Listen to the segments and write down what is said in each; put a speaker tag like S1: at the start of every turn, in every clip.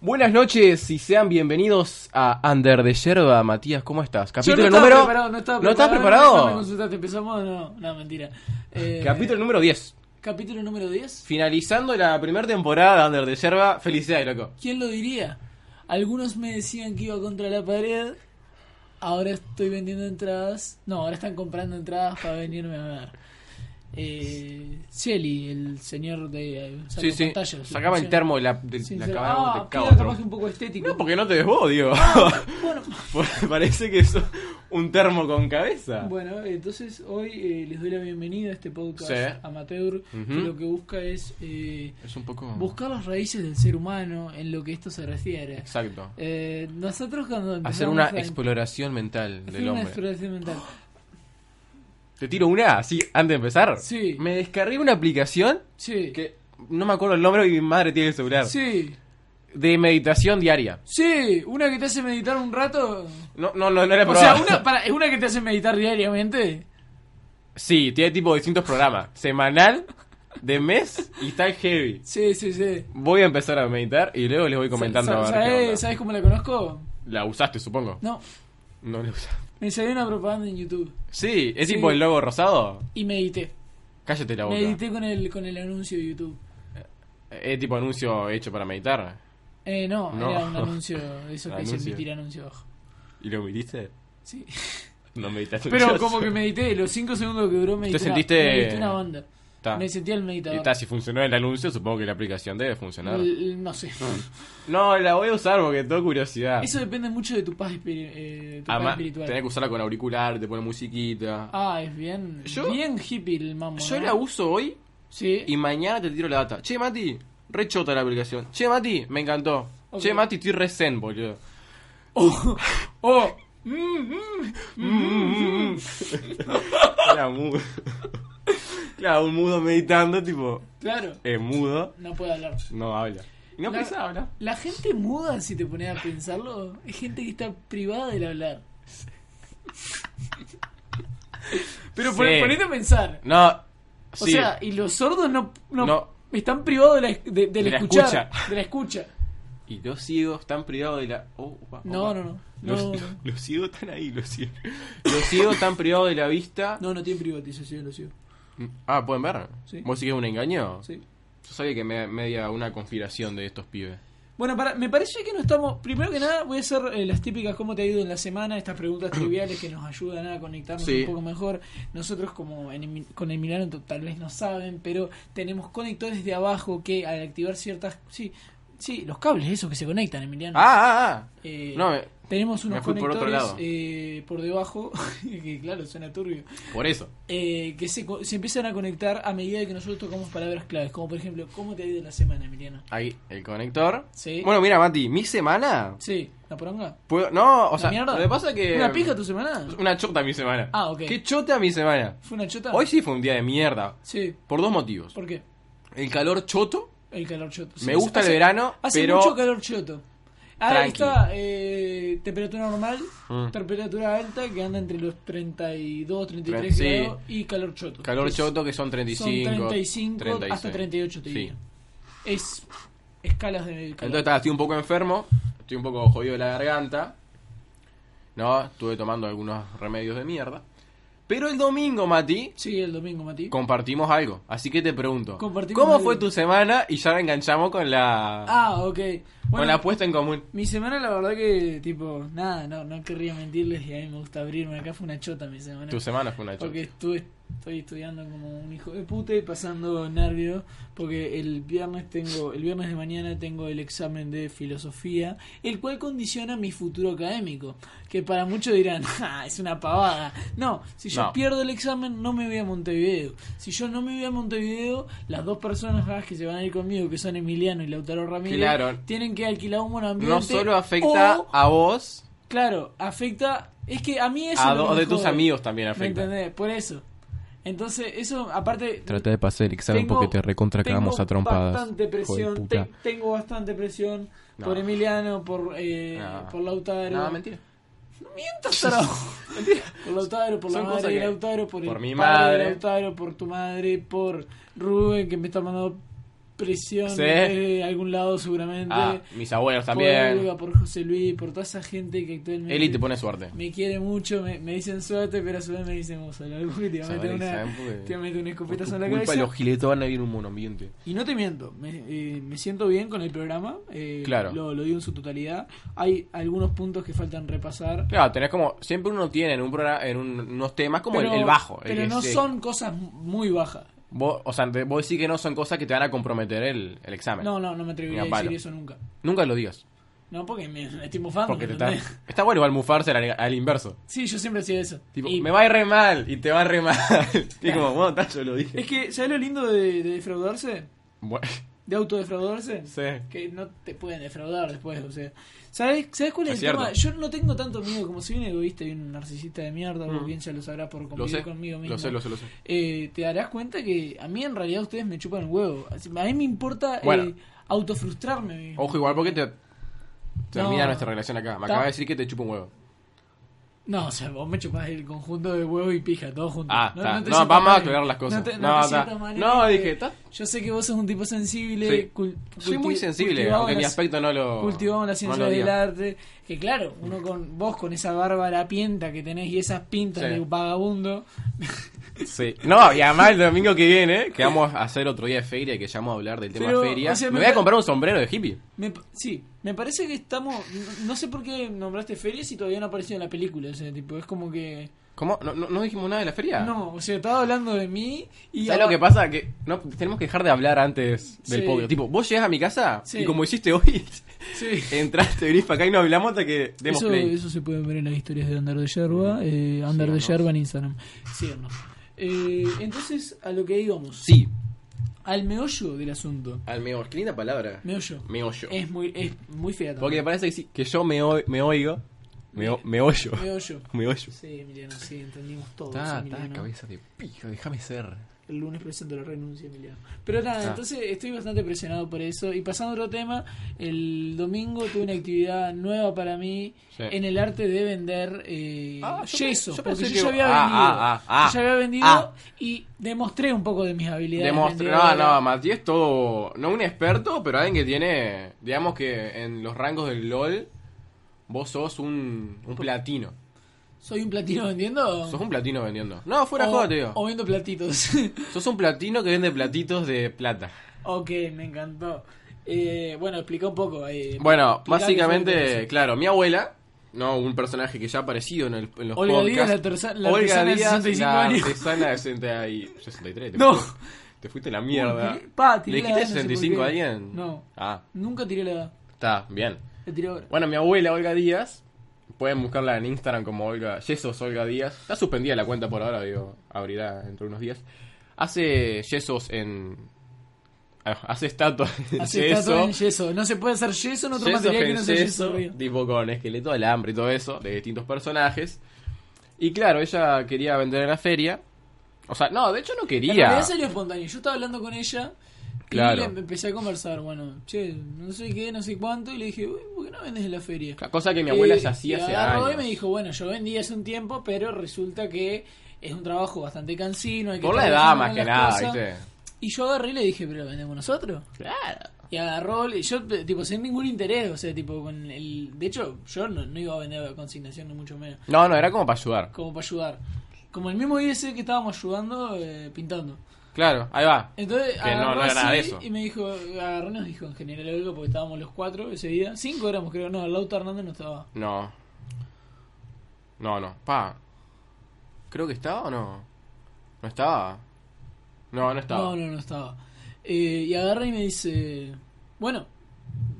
S1: Buenas noches y sean bienvenidos a Under the Yerba. Matías, ¿cómo estás?
S2: Yo
S1: Capítulo
S2: no estaba
S1: número.
S2: preparado, no estaba
S1: ¿No estás
S2: No me
S1: preparado?
S2: consultaste, empezamos, no, no, mentira. Eh,
S1: Capítulo número 10.
S2: capítulo número 10.
S1: Finalizando la primera temporada de Under the Yerba. Felicidades, loco.
S2: ¿Quién lo diría? Algunos me decían que iba contra la pared. Ahora estoy vendiendo entradas. No, ahora están comprando entradas para venirme a ver. Eh, Shelly, el señor de eh,
S1: Sí, sí.
S2: sacapantallas.
S1: Sacaba el termo de la, de,
S2: Sí,
S1: la
S2: sí.
S1: acabamos
S2: Ah,
S1: de
S2: queda
S1: cago,
S2: capaz
S1: bro.
S2: que un Ah. poco estético.
S1: No, porque no te desbo, digo. Pues,
S2: Bueno,
S1: Parece que es un termo con cabeza.
S2: Bueno, entonces hoy eh, les doy la bienvenida a este podcast
S1: Sí.
S2: amateur que
S1: Ujú.
S2: lo que busca es eh,
S1: Es un poco.
S2: buscar las raíces del ser humano en lo que esto se refiere.
S1: Exacto.
S2: Eh, nosotros cuando empezamos
S1: Hacer una
S2: a-
S1: exploración mental
S2: hacer
S1: del
S2: una
S1: hombre.
S2: exploración mental.
S1: ¿Te tiro una? así antes de empezar.
S2: Sí.
S1: Me descargué una aplicación
S2: Sí,
S1: que no me acuerdo el nombre y mi madre tiene el celular.
S2: sí,
S1: De meditación diaria.
S2: sí, una que te hace meditar un rato.
S1: No, no, no, no era
S2: O sea,
S1: probada.
S2: una, para, es una que te hace meditar diariamente.
S1: Sí, tiene tipo distintos programas. Semanal, de mes y está heavy.
S2: Sí, sí, sí.
S1: Voy a empezar a meditar y luego les voy comentando a ver qué onda.
S2: ¿Sabes, ¿Sabes cómo la conozco?
S1: La usaste, supongo.
S2: No,
S1: No la usaste.
S2: me salió una propaganda en YouTube
S1: Sí, es
S2: Sí.
S1: tipo el logo rosado.
S2: y medité.
S1: Cállate la boca.
S2: Medité con el, con el anuncio de YouTube.
S1: Es tipo anuncio hecho para meditar.
S2: Eh, no,
S1: No.
S2: era un anuncio, eso que dice
S1: Anuncio.
S2: emitir anuncio abajo.
S1: ¿Y lo midiste?
S2: Sí.
S1: No meditaste.
S2: Pero como que medité, los 5 segundos que duró medité.
S1: ¿Te sentiste-
S2: Una, medité una banda.
S1: Está.
S2: Me sentí al
S1: Y
S2: meditador.
S1: está, si funcionó el anuncio, supongo que la aplicación debe funcionar.
S2: L- l- No sé.
S1: Ah. No, la voy a usar porque tengo curiosidad.
S2: Eso depende mucho de tu paz, espiri- eh, tu paz
S1: Además,
S2: espiritual.
S1: tenés que usarla con auricular, te pone musiquita.
S2: Ah, es bien.
S1: Yo-
S2: bien hippie el mambo.
S1: Yo
S2: ¿no?
S1: la uso hoy
S2: Sí.
S1: y mañana te tiro la data. Che, Mati, re chota la aplicación. Che, Mati, me encantó.
S2: Ok.
S1: Che, Mati, estoy re zen, boludo.
S2: Oh, oh, mm,
S1: Era mudo. claro, un mudo meditando, tipo,
S2: claro.
S1: es mudo,
S2: No puedo hablar.
S1: no habla. Y no
S2: La-
S1: pensaba hablar.
S2: La gente muda, si te pones a pensarlo, es gente que está privada del hablar. Pero pon-
S1: Sí.
S2: ponete a pensar.
S1: No,
S2: O
S1: sí.
S2: sea, y los sordos no, no-
S1: No.
S2: están privados de la, es- de- del
S1: De la
S2: escuchar.
S1: escucha.
S2: De la escucha.
S1: Y los ciegos están privados de la. oh, opa,
S2: No,
S1: opa.
S2: no, no. No,
S1: Los,
S2: no,
S1: los- los ciegos están ahí, los ciegos. Los ciegos están privados de la vista.
S2: no, no tiene privatización, lo sigo.
S1: Ah, pueden ver.
S2: Sí.
S1: ¿Vos sí que es un engaño?
S2: Sí.
S1: Yo sabía que me, media una conspiración de estos pibes.
S2: Bueno, para, me parece que no estamos. Primero que nada, voy a hacer eh, las típicas cómo te ha ido en la semana, estas preguntas triviales que nos ayudan a conectarnos
S1: Sí.
S2: un poco mejor. Nosotros, como en Emi- con Emiliano, t- tal vez no saben, pero tenemos conectores de abajo que al activar ciertas. Sí, sí, los cables, esos que se conectan, Emiliano.
S1: Ah, ah, ah.
S2: Eh,
S1: No, me-
S2: tenemos unos
S1: me fui por
S2: conectores
S1: otro
S2: por,
S1: lado.
S2: Eh, por debajo, que claro, suena turbio,
S1: Por eso.
S2: eh, que se, co- se empiezan a conectar a medida que nosotros tocamos palabras claves, como por ejemplo, ¿cómo te ha ido la semana, Emiliano?
S1: Ahí, el conector.
S2: Sí.
S1: Bueno, mira, Mati, mi semana.
S2: Sí, ¿la poronga?
S1: Puedo- No, o
S2: ¿La
S1: sea,
S2: mierda?
S1: lo que pasa que. Pues,
S2: ¿Una pija tu semana?
S1: Una chota mi semana.
S2: Ah, ok.
S1: ¿Qué chota mi semana?
S2: ¿Fue una chota?
S1: Hoy sí fue un día de mierda.
S2: Sí,
S1: Por dos motivos.
S2: ¿por qué?
S1: El calor choto.
S2: El calor choto. Sí,
S1: Me
S2: hace-
S1: gusta el
S2: hace-
S1: verano,
S2: Hace
S1: pero.
S2: mucho calor choto. Ahora
S1: Tranqui.
S2: está eh, temperatura normal,
S1: Mm.
S2: temperatura alta que anda entre los 32, 33
S1: Sí.
S2: grados y calor choto.
S1: Calor
S2: que es-
S1: choto que son 35.
S2: Pues son 35 hasta
S1: 36.
S2: 38 te
S1: Sí.
S2: diría. Es escalas de
S1: Entonces
S2: calor.
S1: estaba, estoy un poco enfermo, estoy un poco jodido de la garganta. No, estuve tomando algunos remedios de mierda. Pero el domingo, Mati,
S2: Sí, el domingo, Mati.
S1: compartimos algo. Así que te pregunto,
S2: Compartimos
S1: ¿cómo
S2: algo.
S1: fue tu semana? Y ya la enganchamos con la
S2: Ah, ok.
S1: con
S2: Bueno,
S1: la apuesta en común.
S2: mi semana la verdad que tipo, nada, no, no querría mentirles y a mí me gusta abrirme. Acá fue una chota mi semana.
S1: Tu semana fue una chota.
S2: Porque estuve, estoy estudiando como un hijo de puta y pasando nervios porque el viernes tengo, el viernes de mañana tengo el examen de filosofía, el cual condiciona mi futuro académico, que para muchos dirán, "Ja, es una pavada. No, si yo
S1: No.
S2: pierdo el examen no me voy a Montevideo. Si yo no me voy a Montevideo, las dos personas más que se van a ir conmigo, que son Emiliano y Lautaro Ramírez,
S1: Claro.
S2: tienen que que alquilado un buen ambiente.
S1: No solo afecta
S2: o,
S1: a vos,
S2: Claro, afecta. Es que a mí eso.
S1: a
S2: no
S1: dos
S2: me
S1: de tus
S2: jode,
S1: amigos también
S2: ¿Me
S1: afecta.
S2: entendés? Por eso. Entonces, eso, aparte.
S3: Trata de pasar el examen
S2: Tengo-
S3: porque te recontra
S2: tengo
S3: cagamos a trompadas.
S2: Bastante
S3: hijo de
S2: presión,
S3: puta.
S2: te- tengo bastante presión
S1: No.
S2: por Emiliano, por, eh,
S1: No.
S2: por Lautaro.
S1: No, mentira.
S2: Mientas, tarado. Por Lautaro, por la
S1: Son
S2: madre
S1: cosas
S2: de
S1: que-
S2: Lautaro, por,
S1: por
S2: el
S1: mi
S2: padre de
S1: madre.
S2: Lautaro, por tu madre, por Rubén que me está mandando presión
S1: Sí.
S2: de algún lado seguramente.
S1: Ah, mis abuelos
S2: Por
S1: también.
S2: Olga, por José Luis, por toda esa gente que actualmente
S1: Eli te pone suerte.
S2: me quiere mucho, me, me dicen suerte, pero a su vez me dicen vos, Salo, porque te va a
S1: Saben,
S2: meter
S1: saben,
S2: una,
S1: porque-
S2: te va a meter una
S1: eh. Por tu
S2: escopetazo en la
S1: culpa
S2: cabeza.
S1: los giletos van a vivir un buen ambiente.
S2: Y no te miento, me, eh, me siento bien con el programa. eh,
S1: Claro.
S2: Lo, lo digo en su totalidad. Hay algunos puntos que faltan repasar.
S1: Claro, tenés como. Siempre uno tiene en, un programa, en un- unos temas como el-
S2: pero-
S1: el, bajo. el
S2: Pero
S1: que
S2: no
S1: se-
S2: son cosas muy bajas.
S1: Vos, o sea, te- vos decís que no son cosas que te van a comprometer el, el examen.
S2: No, no, no me atrevería a
S1: Ni a
S2: decir
S1: palo.
S2: eso nunca.
S1: Nunca lo digas.
S2: No, porque me, me estoy mofando.
S1: Porque te
S2: ¿me
S1: está,
S2: entendés?
S1: está bueno igual mufarse al, al inverso.
S2: Sí, yo siempre hacía eso.
S1: Tipo,
S2: Y
S1: me va a ir re mal y te va a ir re mal. Y es
S2: Claro.
S1: como, bueno, ta, yo lo dije.
S2: Es que, ¿sabes lo lindo de, de defraudarse?
S1: Bueno,
S2: ¿De autodefraudarse?
S1: sí.
S2: Que no te pueden defraudar después, o sea. ¿Sabes, ¿sabes cuál es,
S1: Es
S2: el
S1: cierto.
S2: tema? Yo no tengo tanto miedo, como soy un egoísta y un narcisista de mierda, vos
S1: Mm.
S2: bien ya lo sabrás por
S1: Lo
S2: convivir
S1: sé.
S2: conmigo mismo.
S1: Lo sé, lo sé, lo sé.
S2: eh, te darás cuenta que a mí en realidad ustedes me chupan el huevo. Así- A mí me importa
S1: Bueno.
S2: eh, autofrustrarme. mismo.
S1: Ojo, igual porque te. Termina
S2: No.
S1: nuestra relación acá. Me
S2: Ta-
S1: acaba de decir que te chupa un huevo.
S2: No, o sea, vos me chupás el conjunto de huevo y pija, todo junto.
S1: Ah,
S2: no,
S1: ta.
S2: te
S1: No,
S2: sientas
S1: vamos a
S2: mal.
S1: aclarar las cosas.
S2: No, te,
S1: No,
S2: no, te
S1: ta.
S2: sientas mal,
S1: No,
S2: eh,
S1: dije, ta.
S2: Yo sé que vos sos un tipo sensible.
S1: Sí.
S2: cul-
S1: Soy
S2: culti-
S1: muy sensible,
S2: cultivado
S1: aunque
S2: en
S1: mi
S2: la-
S1: aspecto no lo.
S2: Cultivamos la
S1: no
S2: ciencia
S1: lo
S2: del
S1: diga.
S2: arte. Que claro, uno con vos con esa barba harapienta que tenés y esas pintas
S1: Sí.
S2: de vagabundo.
S1: Sí. No, y además el domingo que viene, que vamos a hacer otro día de feria, que ya vamos a hablar del tema
S2: Pero,
S1: feria.
S2: o sea,
S1: me
S2: me
S1: voy a
S2: pa-
S1: comprar un sombrero de hippie.
S2: Me pa- sí, me parece que estamos. No, no sé por qué nombraste Feria si todavía no apareció en la película. O sea, tipo, es como que.
S1: ¿Cómo? ¿No, no, no dijimos nada de la feria?
S2: No, o sea, estaba hablando de mí y.
S1: ¿Sabes lo que pasa? Que no, tenemos que dejar de hablar antes del
S2: Sí.
S1: podio. Tipo, vos llegás a mi casa
S2: Sí.
S1: y como hiciste hoy,
S2: Sí.
S1: entraste gris para acá y no hablamos hasta que demos
S2: Eso,
S1: play.
S2: eso se puede ver en las historias de Andar de Yerba, eh, Andar de
S1: Síganos.
S2: Yerba en Instagram. Síganos. Eh, entonces, a lo que íbamos.
S1: Sí.
S2: Al meollo del asunto.
S1: Al meollo. Qué linda palabra.
S2: Meollo.
S1: Meollo.
S2: Es muy, es muy fea
S1: Porque me
S2: también.
S1: parece que, sí, que yo me, oi- me oigo. Me, o- me oyo.
S2: Meollo.
S1: Me oyo.
S2: Sí, Emiliano, sí, entendimos todo.
S1: Está,
S2: eso,
S1: está,
S2: Emiliano.
S1: cabeza de pijo, déjame ser.
S2: El lunes presento la renuncia, Emiliano. Pero nada,
S1: Ah.
S2: entonces estoy bastante presionado por eso. Y pasando a otro tema, el domingo tuve una actividad nueva para mí
S1: Sí.
S2: en el arte de vender eh,
S1: Ah, yo pe-
S2: yeso.
S1: yo
S2: porque
S1: pensé
S2: yo
S1: que-
S2: ya había
S1: ah,
S2: vendido.
S1: ah, ah,
S2: yo ya había vendido
S1: ah.
S2: y demostré un poco de mis habilidades.
S1: Demostró, no,
S2: vendedoras.
S1: no, Matías es todo, no un experto, pero alguien que tiene, digamos que en los rangos del LOL, vos sos un, un platino.
S2: ¿Soy un platino vendiendo?
S1: Sos un platino vendiendo. No, fuera
S2: o,
S1: joda, te digo.
S2: o vendo platitos.
S1: Sos un platino que vende platitos de plata.
S2: ok, me encantó. Eh, bueno, explica un poco. eh,
S1: Bueno,
S2: explica qué fue lo que
S1: básicamente,
S2: hice.
S1: claro, mi abuela, no un personaje que ya ha aparecido en, el- en los
S2: Olga Díaz,
S1: podcasts.
S2: la terza- la
S1: Olga
S2: artesana de
S1: Díaz,
S2: 65
S1: la
S2: años.
S1: artesana de 60 y- 63. te
S2: No.
S1: fuiste- Te fuiste la mierda.
S2: Uy, pa, tiré
S1: ¿Le
S2: la
S1: dijiste
S2: edad, no sé por
S1: 65 a
S2: qué.
S1: alguien?
S2: No.
S1: Ah,
S2: Nunca tiré la edad.
S1: está, bien.
S2: La tiré ahora.
S1: Bueno, mi abuela Olga Díaz, pueden buscarla en Instagram como Olga, Yesos Olga Díaz. Está suspendida la cuenta por ahora, digo, abrirá dentro de unos días. Hace yesos en. ah, Hace estatuas en
S2: Hace
S1: yeso.
S2: estatuas en yeso. No se puede hacer yeso en otro
S1: yesos
S2: material que
S1: en
S2: no sea
S1: yeso,
S2: yeso. obvio.
S1: tipo con esqueleto, alambre y todo eso, de distintos personajes. Y claro, ella quería vender en la feria. O sea, no, de hecho no
S2: En
S1: quería.
S2: realidad salió espontáneo. Yo estaba hablando con ella
S1: Claro.
S2: y le empecé a conversar. Bueno, che, no sé qué, no sé cuánto. Y le dije, uy, ¿por qué no vendes en la feria?
S1: La Cosa que mi abuela
S2: Eh,
S1: ya hacía
S2: y
S1: hace
S2: agarró
S1: años.
S2: y me dijo, bueno, yo vendí hace un tiempo, pero resulta que es un trabajo bastante cansino. hay que
S1: por la
S2: estar
S1: edad,
S2: haciendo
S1: más que
S2: las
S1: nada,
S2: cosas".
S1: ¿viste?
S2: Y yo agarré y le dije, pero vendemos nosotros.
S1: Claro.
S2: Y agarró, le- yo, pe- tipo, sin ningún interés, o sea, tipo, con el. De hecho, yo no, no iba a vender a consignación, ni mucho menos.
S1: No, no, era como para ayudar.
S2: Como para ayudar. Como el mismo IDC que estábamos ayudando, eh, pintando.
S1: Claro, ahí va.
S2: Entonces,
S1: Que no,
S2: agarró
S1: no era nada de
S2: así
S1: eso.
S2: Y me dijo, agarró, nos dijo en general algo, porque estábamos los cuatro ese día. Cinco éramos, creo, no, Lauta Hernández no estaba.
S1: No. No, no. Pa. Creo que estaba o no. No estaba. No, no estaba.
S2: No, no, no estaba. Eh, y agarra y me dice, bueno,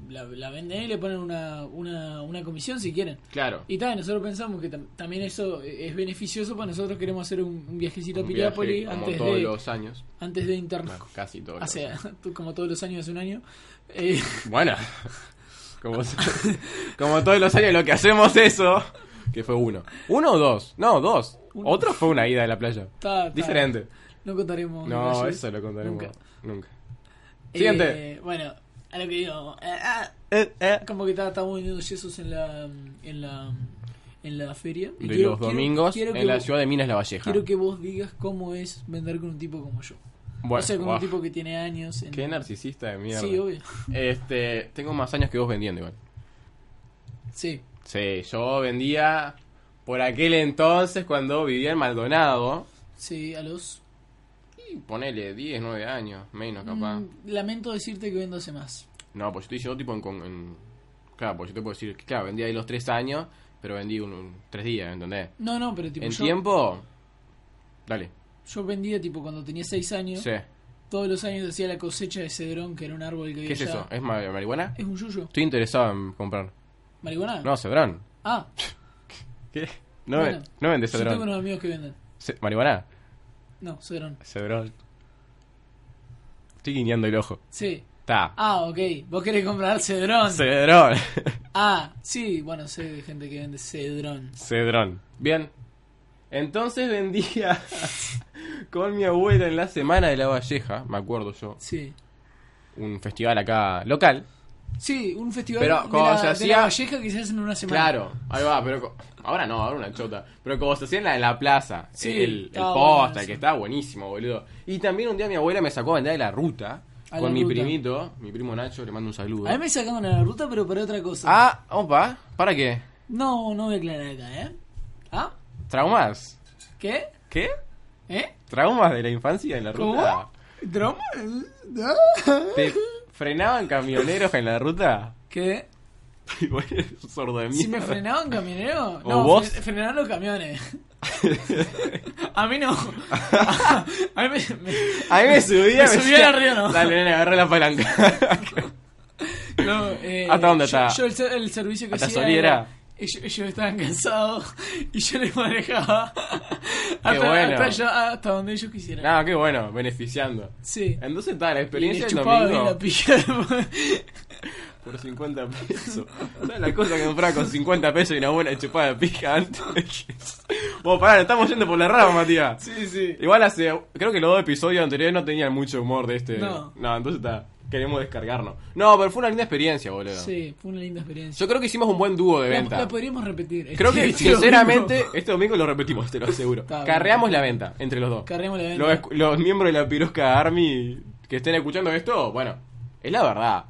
S2: la, la venden y le ponen una, una, una comisión si quieren.
S1: Claro.
S2: Y tal, nosotros pensamos que tam- también eso es beneficioso para nosotros. Queremos hacer un, un viajecito
S1: Un
S2: a
S1: viaje
S2: Piriápolis
S1: como
S2: antes
S1: todos
S2: de,
S1: los años.
S2: antes de internos.
S1: Bueno, casi todos.
S2: o
S1: los
S2: sea, tú como todos los años hace un año. Eh,
S1: años. Bueno. Como, como todos los años lo que hacemos eso. Que fue uno. ¿Uno o dos? No, dos.
S2: Uno.
S1: Otro fue una ida de la playa.
S2: Ta, ta.
S1: Diferente.
S2: No contaremos.
S1: No,
S2: detalles.
S1: eso lo contaremos.
S2: Nunca.
S1: Nunca. Siguiente.
S2: Eh, bueno, a lo que digo. eh, ah, como que estaba- estábamos vendiendo yesos en la. mm, en la. en la feria. Y
S1: de
S2: quiero-
S1: los
S2: quiero-
S1: domingos
S2: quiero que
S1: en la
S2: vos-
S1: ciudad de Minas La Valleja.
S2: Quiero que vos digas cómo es vender con un tipo como yo.
S1: Bueno,
S2: o sea, con
S1: guau.
S2: un tipo que tiene años. En...
S1: Qué narcisista de mierda.
S2: Sí, obvio.
S1: Este, tengo más años que vos vendiendo igual.
S2: Sí.
S1: Sí, yo vendía por aquel entonces cuando vivía en Maldonado.
S2: Sí, a los.
S1: Y ponele 10, 9 años, menos Ah, capaz.
S2: Mm, lamento decirte que vendo hace más.
S1: No, pues yo estoy diciendo tipo en, con- en- Claro, pues yo te puedo decir que, claro, vendí ahí los 3 años, pero vendí un, un- tres días, ¿entendés?
S2: No, no, pero tipo.
S1: en
S2: yo,
S1: tiempo... Dale.
S2: yo vendía tipo cuando tenía 6 años.
S1: Sí.
S2: Todos los años hacía la cosecha de cedrón, que era un árbol que
S1: ¿Qué es
S2: había
S1: eso?
S2: allá.
S1: ¿Es ma- marihuana?
S2: Es un yuyo.
S1: Estoy interesado en comprar.
S2: ¿Marihuana?
S1: No, Cedrón.
S2: Ah,
S1: ¿Qué? No,
S2: Bueno,
S1: ven- no vendes
S2: yo tengo
S1: Cedrón.
S2: unos amigos que venden.
S1: Ce- ¿Marihuana?
S2: No, cedrón.
S1: Cedrón. Estoy guiñando el ojo.
S2: Sí.
S1: Ta.
S2: Ah, ok. Vos querés comprar cedrón.
S1: Cedrón.
S2: Ah, sí. Bueno, sé de gente que vende cedrón.
S1: Cedrón. Bien. Entonces vendía con mi abuela en la semana de la Valleja, me acuerdo yo,
S2: Sí.
S1: un festival acá local.
S2: Sí, un festival
S1: Pero
S2: de,
S1: como
S2: la,
S1: se
S2: de
S1: hacía-
S2: la Valleja que se hace en una semana.
S1: Claro, ahí va, pero co- ahora no, ahora una chota. Pero como se hacía en la, en la plaza,
S2: Sí,
S1: el, el
S2: estaba bueno
S1: posta, el
S2: eso.
S1: que estaba buenísimo, boludo. Y también un día mi abuela me sacó a vender de la ruta
S2: A
S1: con
S2: la
S1: mi
S2: ruta.
S1: primito, mi primo Nacho, le mando un saludo.
S2: A mí me sacaban a la ruta, pero para otra cosa.
S1: Ah, opa, ¿para qué?
S2: No, no voy a aclarar acá, ¿eh? ¿Ah?
S1: ¿Traumas?
S2: ¿Qué?
S1: ¿Qué?
S2: ¿Eh?
S1: ¿Traumas de la infancia en la
S2: ¿Cómo?
S1: ruta?
S2: ¿Drama? ¿No?
S1: ¿Te frenaban camioneros en la ruta?
S2: ¿Qué?
S1: Y vos eres un sordo de
S2: ¿Si me
S1: mierda.
S2: frenaban camioneros?
S1: ¿O
S2: No,
S1: vos?
S2: fre- frenaron los camiones. a mí no. a mí me- me,
S1: A mí me subía,
S2: Me subía
S1: decía,
S2: la río, ¿no?
S1: Dale, nene, agarré la palanca.
S2: No, eh,
S1: ¿Hasta dónde
S2: yo-
S1: está?
S2: Yo, el, ser- el servicio que
S1: ¿Hasta
S2: hacía
S1: Soliera?
S2: era- ellos, ellos estaban cansados y yo les manejaba hasta,
S1: bueno.
S2: hasta, allá- hasta donde ellos quisieran.
S1: no, qué bueno, beneficiando.
S2: Sí.
S1: Entonces está la
S2: Y les
S1: experiencia el
S2: chupaba bien la
S1: domingo
S2: pija.
S1: por 50 pesos. Toda la cosa que compraba con 50 pesos y una buena chupada de pija antes. Vos, pará, nos estamos yendo por la rama, Matías.
S2: sí, sí.
S1: Igual hace, creo que los dos episodios anteriores no tenían mucho humor de este.
S2: No.
S1: entonces está, queremos descargarnos. No, pero fue una linda experiencia, boludo.
S2: Sí, fue una linda experiencia.
S1: Yo creo que hicimos un buen dúo de
S2: la,
S1: venta.
S2: la podríamos repetir.
S1: Creo
S2: Este-
S1: que,
S2: este
S1: sinceramente,
S2: domingo.
S1: este domingo lo repetimos, te lo aseguro.
S2: Está bien.
S1: Carreamos la venta entre los dos.
S2: Carreamos la venta.
S1: Los, escu- los miembros de la Pirosca Army que estén escuchando esto, bueno, es la verdad.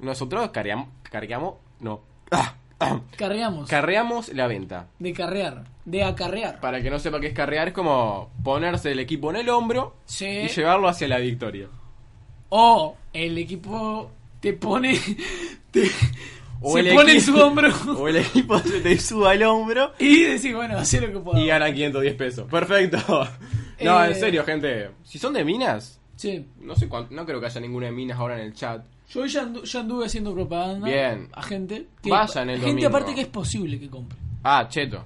S1: Nosotros carreamos. Carreamos. No. Ah, ah.
S2: Carreamos.
S1: Carreamos la venta.
S2: de carrear. De acarrear.
S1: Para que no sepa qué es carrear, es como ponerse el equipo en el hombro
S2: Sí.
S1: y llevarlo hacia la victoria.
S2: O el equipo te pone. Te, se
S1: el
S2: pone en
S1: equipo-
S2: su hombro.
S1: O el equipo se te suba al hombro
S2: Y decís, bueno, hacé lo que puedas.
S1: y ganan 510 pesos. Perfecto. No,
S2: Eh.
S1: en serio, gente. Si son de minas,
S2: Sí.
S1: No sé cuánto, no creo que haya ninguna de minas ahora en el chat.
S2: Yo ya, andu- ya anduve haciendo propaganda
S1: Bien.
S2: a gente. Que
S1: Vayan el
S2: Gente
S1: domingo.
S2: aparte que es posible que compre.
S1: Ah, cheto.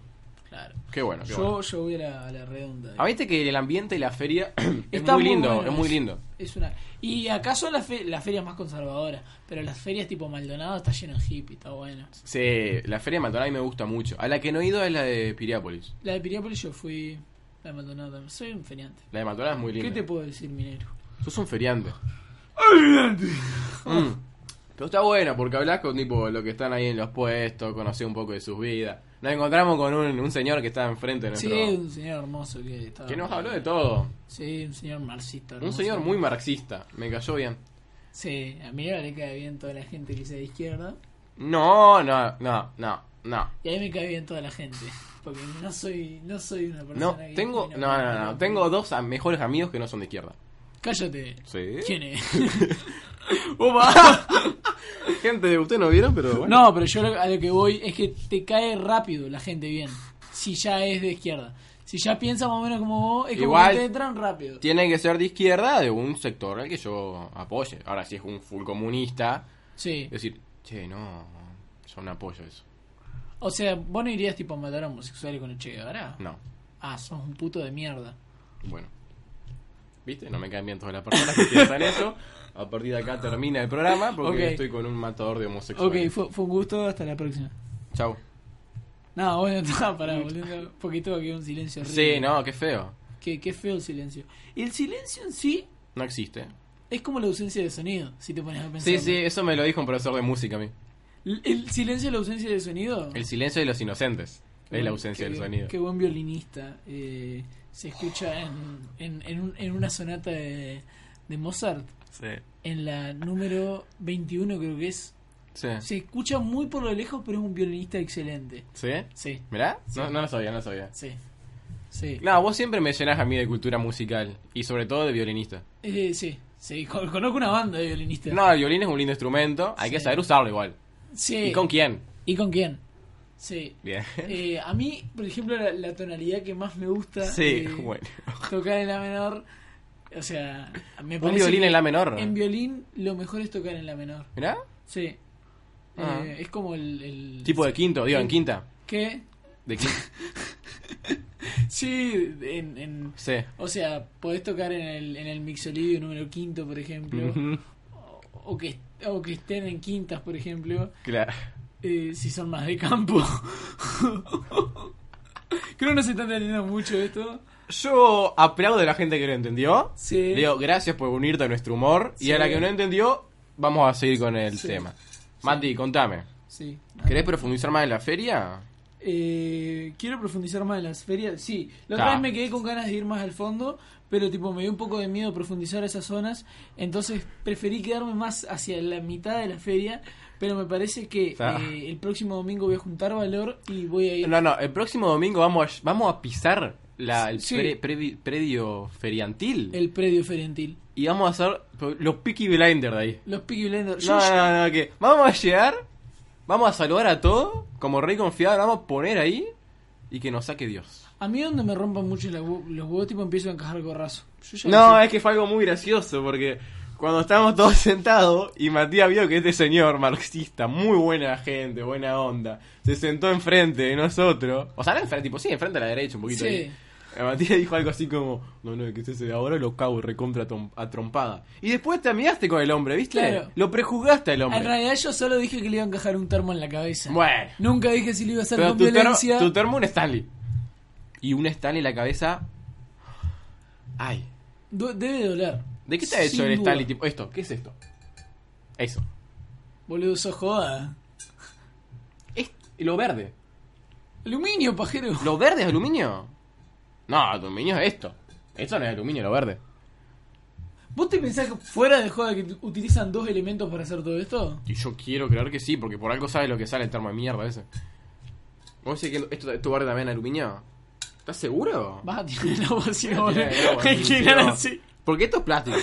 S2: Claro.
S1: Qué bueno, qué
S2: Yo,
S1: bueno.
S2: yo voy a la, a la redonda.
S1: A viste que el ambiente y la feria es
S2: Está
S1: muy lindo,
S2: bueno,
S1: es muy lindo.
S2: Es una... Y acá son las, fe- las ferias más conservadoras, pero las ferias tipo Maldonado está lleno de hippie, está bueno.
S1: Sí, la feria de Maldonado a mí me gusta mucho. A la que no he ido es la de Piriápolis.
S2: La de Piriápolis yo fui, la de Maldonado también. Soy un feriante.
S1: La de Maldonado es muy
S2: ¿Qué
S1: linda.
S2: te puedo decir, minero?
S1: Sos un feriante. Mm. Pero está bueno porque hablas con tipo lo que están ahí en los puestos, conocés un poco de sus vidas. Nos encontramos con un, un señor que está enfrente de
S2: Sí,
S1: nuestro.
S2: un señor hermoso que estaba.
S1: que nos habló de todo.
S2: Sí, un señor marxista.
S1: Un
S2: hermoso.
S1: señor muy marxista. Me cayó bien.
S2: Sí, a mí ahora le cae bien toda la gente que sea de izquierda.
S1: No, no, no, no, no.
S2: Y ahí me cae bien toda la gente. Porque no soy, no soy una persona
S1: No,
S2: que
S1: tengo, no,
S2: opina por
S1: no,
S2: la
S1: no,
S2: opinión.
S1: tengo dos a- mejores amigos que no son de izquierda.
S2: Cállate.
S1: ¿Sí?
S2: ¿Quién es? Upa.
S1: Gente, ustedes no vieron, pero bueno.
S2: no, pero yo lo- a lo que voy es que te cae rápido la gente bien. Si ya es de izquierda. Si ya piensa más o menos como vos, es como
S1: Igual-
S2: que te entran rápido.
S1: Tiene que ser de izquierda de un sector al que yo apoye. Ahora, si es un full comunista,
S2: Sí.
S1: decir, che, no, yo no apoyo eso.
S2: O sea, vos no irías tipo a matar a homosexuales con el Che Guevara.
S1: No,
S2: Ah, sos un puto de mierda.
S1: bueno. ¿Viste? No me caen bien todas las personas que piensan eso. A partir de acá termina el programa porque
S2: Ok.
S1: estoy con un matador de homosexuales.
S2: Ok, fue, fue un gusto, hasta la próxima.
S1: Chau.
S2: No, bueno, está, pará, volviendo un poquito aquí un silencio horrible.
S1: Sí, no, qué feo.
S2: Qué, qué feo el silencio. Y el silencio en sí
S1: No existe.
S2: es como la ausencia de sonido, si te pones a pensar.
S1: Sí, sí, eso me lo dijo un profesor de música a mí.
S2: L- El silencio es la ausencia de sonido.
S1: El silencio de los inocentes.
S2: Qué
S1: Es
S2: buen-
S1: la ausencia
S2: qué-
S1: del sonido.
S2: Qué buen violinista. eh, se escucha en, en, en un- en una sonata de, de Mozart,
S1: Sí.
S2: en la número 21 creo que es.
S1: Sí.
S2: Se escucha muy por lo lejos, pero es un violinista excelente.
S1: ¿Sí?
S2: Sí,
S1: ¿Mirá? No, no lo sabía, no lo sabía.
S2: sí. Sí,
S1: No, vos siempre me llenás a mí de cultura musical y sobre todo de violinista.
S2: Eh, sí, sí. Con- Conozco una banda de violinistas.
S1: No, el violín es un lindo instrumento, hay que
S2: Sí.
S1: saber usarlo igual.
S2: Sí.
S1: ¿Y con quién?
S2: ¿Y con quién? Sí.
S1: Bien.
S2: Eh, a mí, por ejemplo, la, la tonalidad que más me gusta
S1: Sí,
S2: eh,
S1: bueno.
S2: tocar en la menor. O sea, me
S1: Un
S2: parece
S1: violín
S2: que
S1: en la menor.
S2: En violín lo mejor es tocar en la menor.
S1: ¿Mirá?
S2: Sí. Eh,
S1: Ah.
S2: es como el, el-
S1: Tipo de quinto, digo, en quinta.
S2: ¿Qué?
S1: De quinta.
S2: Sí, en, en-
S1: Sí.
S2: o sea, podés tocar en el, en el mixolidio número quinto, por ejemplo.
S1: Ujú.
S2: o, que, o que estén en quintas, por ejemplo.
S1: Claro.
S2: eh, si son más de campo. Creo que no se está entendiendo mucho esto.
S1: Yo aplaudo a la gente que lo entendió.
S2: Sí.
S1: Le digo, gracias por unirte a nuestro humor.
S2: Sí.
S1: Y a la que no entendió, vamos a seguir con el
S2: Sí.
S1: tema. Mati, contame.
S2: Sí.
S1: ¿Querés profundizar más en la feria?
S2: Eh, quiero profundizar más en las ferias. Sí, la otra
S1: Ta.
S2: vez me quedé con ganas de ir más al fondo, pero tipo me dio un poco de miedo profundizar esas zonas, entonces preferí quedarme más hacia la mitad de la feria, pero me parece que
S1: Ta.
S2: eh, el próximo domingo voy a juntar valor y voy a ir...
S1: No, no, el próximo domingo vamos a, vamos a pisar la, el
S2: Sí.
S1: pre- previ- predio feriantil.
S2: El predio ferientil.
S1: Y vamos a hacer los Peaky Blinders de ahí.
S2: Los Peaky Blinders.
S1: No,
S2: Yo-
S1: no, no, que vamos a llegar, vamos a saludar a todo, como rey confiado, lo vamos a poner ahí y que nos saque Dios.
S2: A mí donde me rompan mucho la hue- los huevos, tipo empiezo a encajar gorrazo. Yo ya
S1: No,
S2: sé.
S1: es que fue algo muy gracioso porque cuando estábamos todos sentados y Matías vio que este señor marxista, muy buena gente, buena onda, se sentó enfrente de nosotros. O sea, no enfrente, tipo, sí, enfrente a la derecha un poquito.
S2: Sí.
S1: ahí. Eh, Matías dijo algo así como, no, no, que usted se de ahora lo cago y recontra tom- a trompada. Y después te amigaste con el hombre, ¿viste?
S2: Claro.
S1: Lo prejuzgaste al
S2: En
S1: hombre.
S2: realidad yo solo dije que le iba a encajar un termo en la cabeza.
S1: Bueno.
S2: Nunca dije si lo iba a hacer
S1: Pero
S2: con
S1: tu, termo,
S2: violencia.
S1: tu termo un Stanley. Y un Stanley en la cabeza. Ay.
S2: Du- Debe doler.
S1: ¿De qué está hecho
S2: Sin
S1: el
S2: duda.
S1: Stanley? Tipo, esto, ¿qué es esto? Eso.
S2: Boludo, sos joda.
S1: Es lo verde.
S2: Aluminio, pajero.
S1: ¿Lo verde es aluminio? No, aluminio es esto. Esto no es aluminio, lo verde.
S2: ¿Vos te pensás que fuera de joda que t- utilizan dos elementos para hacer todo esto?
S1: Y yo quiero creer que sí, porque por algo sabe lo que sale el termo de mierda ese. ¿Vos decís que esto, esto verde también es aluminio? ¿Estás seguro?
S2: Vas a tirar el agua así, no, boludo.
S1: Tiene el agua,
S2: Hay
S1: sí,
S2: que
S1: sí,
S2: tirar
S1: no.
S2: así.
S1: Porque esto es plástico.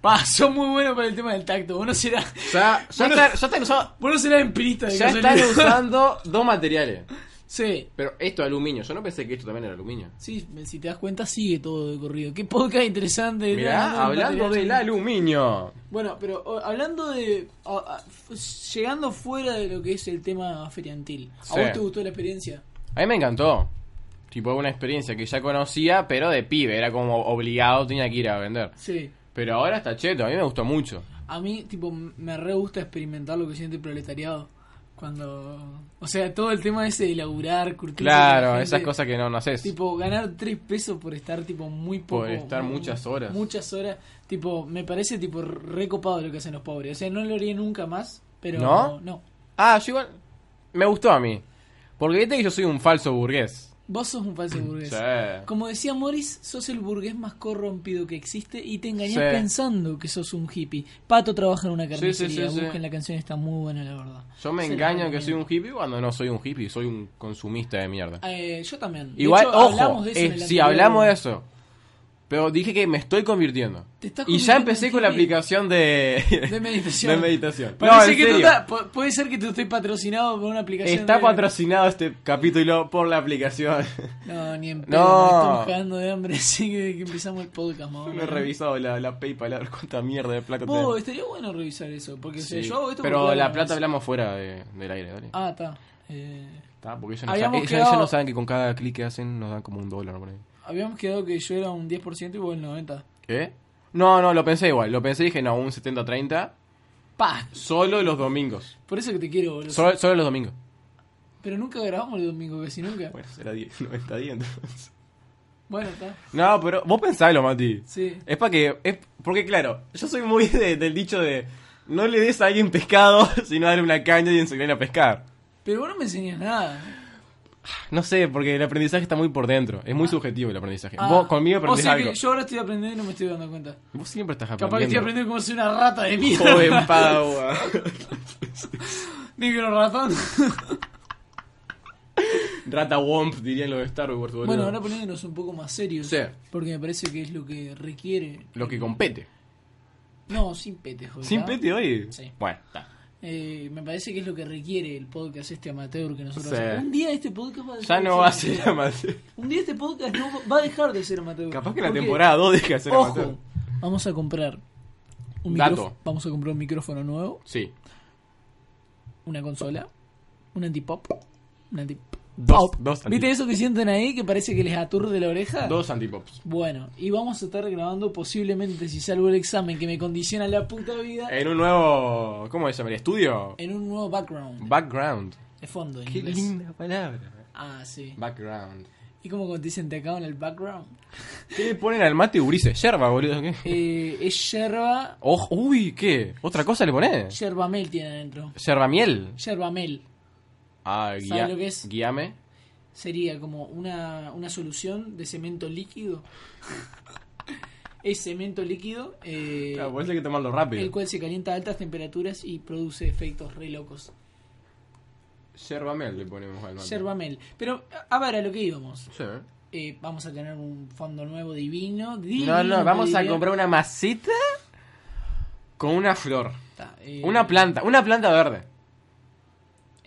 S2: Pa, sos muy bueno para el tema del tacto. Vos no serás,
S1: Ya, ya,
S2: Bueno,
S1: están, ya están usando,
S2: vos no serás empirista de
S1: ya
S2: casualidad.
S1: están usando dos materiales.
S2: Sí.
S1: Pero esto es aluminio. Yo no pensé que esto también era aluminio.
S2: Sí, si te das cuenta sigue todo de corrido. Qué podcast interesante.
S1: Mirá,
S2: Nada,
S1: hablando
S2: material.
S1: del aluminio.
S2: Bueno, pero o, hablando de... a- a- f- llegando fuera de lo que es el tema feriantil. ¿A
S1: Sí.
S2: vos te gustó la experiencia?
S1: A mí me encantó. Tipo, una experiencia que ya conocía, pero de pibe. Era como obligado, tenía que ir a vender.
S2: Sí.
S1: Pero ahora está cheto, a mí me gustó mucho.
S2: A mí, tipo, me re gusta experimentar lo que siente el proletariado. Cuando. O sea, todo el tema ese de laburar, curtir. con la
S1: Claro,
S2: gente,
S1: esas cosas que no, no haces.
S2: Tipo, ganar tres pesos por estar, tipo, muy poco.
S1: Por estar
S2: muy-
S1: muchas horas.
S2: Muchas horas. Tipo, me parece, tipo, recopado lo que hacen los pobres. O sea, no lo haría nunca más, pero.
S1: ¿No? Ah, yo igual. Me gustó a mí. Porque viste que yo soy un falso burgués.
S2: Vos sos un falso burgués.
S1: Mm, Sí.
S2: Como decía Morris, sos el burgués más corrompido que existe y te engañás
S1: Sí.
S2: pensando que sos un hippie. Pato trabaja en una
S1: Sí, sí, sí,
S2: carnicería.
S1: sí.
S2: Busquen la canción, está muy buena, la verdad.
S1: Yo me
S2: Se la
S1: engaño que
S2: recomiendo.
S1: soy un hippie cuando no soy un hippie, soy un consumista de mierda.
S2: Eh, yo también. De
S1: Igual,
S2: hecho,
S1: ojo,
S2: hablamos de eso en
S1: eh,
S2: el
S1: sí,
S2: anterior.
S1: hablamos de eso. Pero dije que me estoy convirtiendo.
S2: Te estás
S1: y ya
S2: convirtiendo
S1: empecé
S2: en
S1: con la
S2: hippie.
S1: aplicación de,
S2: De meditación.
S1: de meditación. No,
S2: Parece
S1: en
S2: que tú
S1: serio.
S2: estás- pu- puede ser que tú estés patrocinado por una aplicación.
S1: Está
S2: de-
S1: patrocinado este capítulo por la aplicación.
S2: No, ni en pedo,
S1: No.
S2: nos estamos cagando de hambre así que, que empezamos el podcast, mamá.
S1: no he revisado la, la PayPal a ver cuánta mierda de plata
S2: Vos,
S1: tengo.
S2: estaría bueno revisar eso, porque o sea,
S1: eh. Sí.
S2: yo hago esto
S1: Pero
S2: porque
S1: la
S2: hago
S1: plata
S2: eso.
S1: hablamos fuera de- del aire, dale.
S2: Ah, está. Eh,
S1: Está, porque ellos no,
S2: Habíamos
S1: saben, ellos- ellos
S2: quedado-
S1: no saben que con cada clic que hacen nos dan como un dólar por ahí.
S2: ah, habíamos quedado que yo era un 10% y vos el 90%.
S1: ¿Qué? No, no, lo pensé igual. Lo pensé y dije, no, un 70-30.
S2: ¡Pah!
S1: Solo los domingos.
S2: Por eso que te quiero, boludo.
S1: Solo, solo los domingos.
S2: Pero nunca grabamos el domingo, casi nunca.
S1: Bueno, será 10, 90 días entonces.
S2: Bueno, está.
S1: No, pero vos pensálo, Mati.
S2: Sí.
S1: Es para que. Es, porque, claro, yo soy muy de- del dicho de. No le des a alguien pescado, sino darle una caña y enseñarle a pescar.
S2: Pero vos no me enseñás nada.
S1: No sé, porque el aprendizaje está muy por dentro. Es muy subjetivo el aprendizaje.
S2: Ah.
S1: Vos conmigo
S2: O
S1: aprendés
S2: sea
S1: algo.
S2: que yo ahora estoy aprendiendo y no me estoy dando cuenta.
S1: Vos siempre estás
S2: Capaz que estoy
S1: aprendiendo.
S2: aprendiendo cómo ser una rata de mierda.
S1: Joven Padua.
S2: Negro ratón.
S1: Rata Womp, dirían los de Star Wars. boludo.
S2: bueno, ahora poniéndonos un poco más serios.
S1: Sí.
S2: Porque me parece que es lo que requiere.
S1: Lo que compete.
S2: No, sin pete, joder.
S1: ¿Sin pete hoy?
S2: Sí.
S1: Bueno, está.
S2: Eh, me parece que es lo que requiere el podcast este amateur que nosotros
S1: Sí.
S2: hacemos. Un día este podcast va a dejar
S1: Ya
S2: de
S1: no va a ser
S2: amateur.
S1: amateur.
S2: Un día este podcast no va- va a dejar de ser amateur.
S1: Capaz que la
S2: Porque,
S1: temporada 2 deja de ser amateur.
S2: Ojo, vamos a comprar un
S1: Dato.
S2: micrófono. Vamos a comprar un micrófono nuevo,
S1: Sí.
S2: una consola, un antipop, un antipop.
S1: Dos- dos anti-
S2: ¿Viste eso que sienten ahí que parece que les aturde la oreja?
S1: Dos antipops.
S2: Bueno, y vamos a estar grabando posiblemente, si salgo el examen que me condiciona la puta vida,
S1: En un nuevo. ¿Cómo se llamaría? ¿Estudio?
S2: en un nuevo background,
S1: Background.
S2: de fondo en
S1: Qué
S2: inglés.
S1: linda palabra.
S2: Ah, sí.
S1: Background.
S2: ¿Y cómo dicen te acá en el background?
S1: ¿Qué le ponen al mate Ulises? Yerba, boludo. ¿Qué?
S2: Eh, es yerba,
S1: Ojo, uy, ¿qué? ¿Otra cosa le pones?
S2: yerba mel tiene adentro.
S1: Yerba miel.
S2: Yerba mel
S1: Ah,
S2: ¿Sabes
S1: guía,
S2: lo que es?
S1: guíame.
S2: sería como una, una solución de cemento líquido. es cemento líquido, eh,
S1: Claro, por eso hay que tomarlo rápido.
S2: el cual se calienta a altas temperaturas y produce efectos re locos.
S1: Yerba miel le ponemos al mate.
S2: Yerba mel. Pero, a a ver, a lo que íbamos.
S1: Sí.
S2: Eh, vamos a tener un fondo nuevo divino. divino,
S1: No, no,
S2: te
S1: vamos a
S2: diría.
S1: comprar una masita con una flor.
S2: Ta, eh,
S1: Una planta, una planta verde.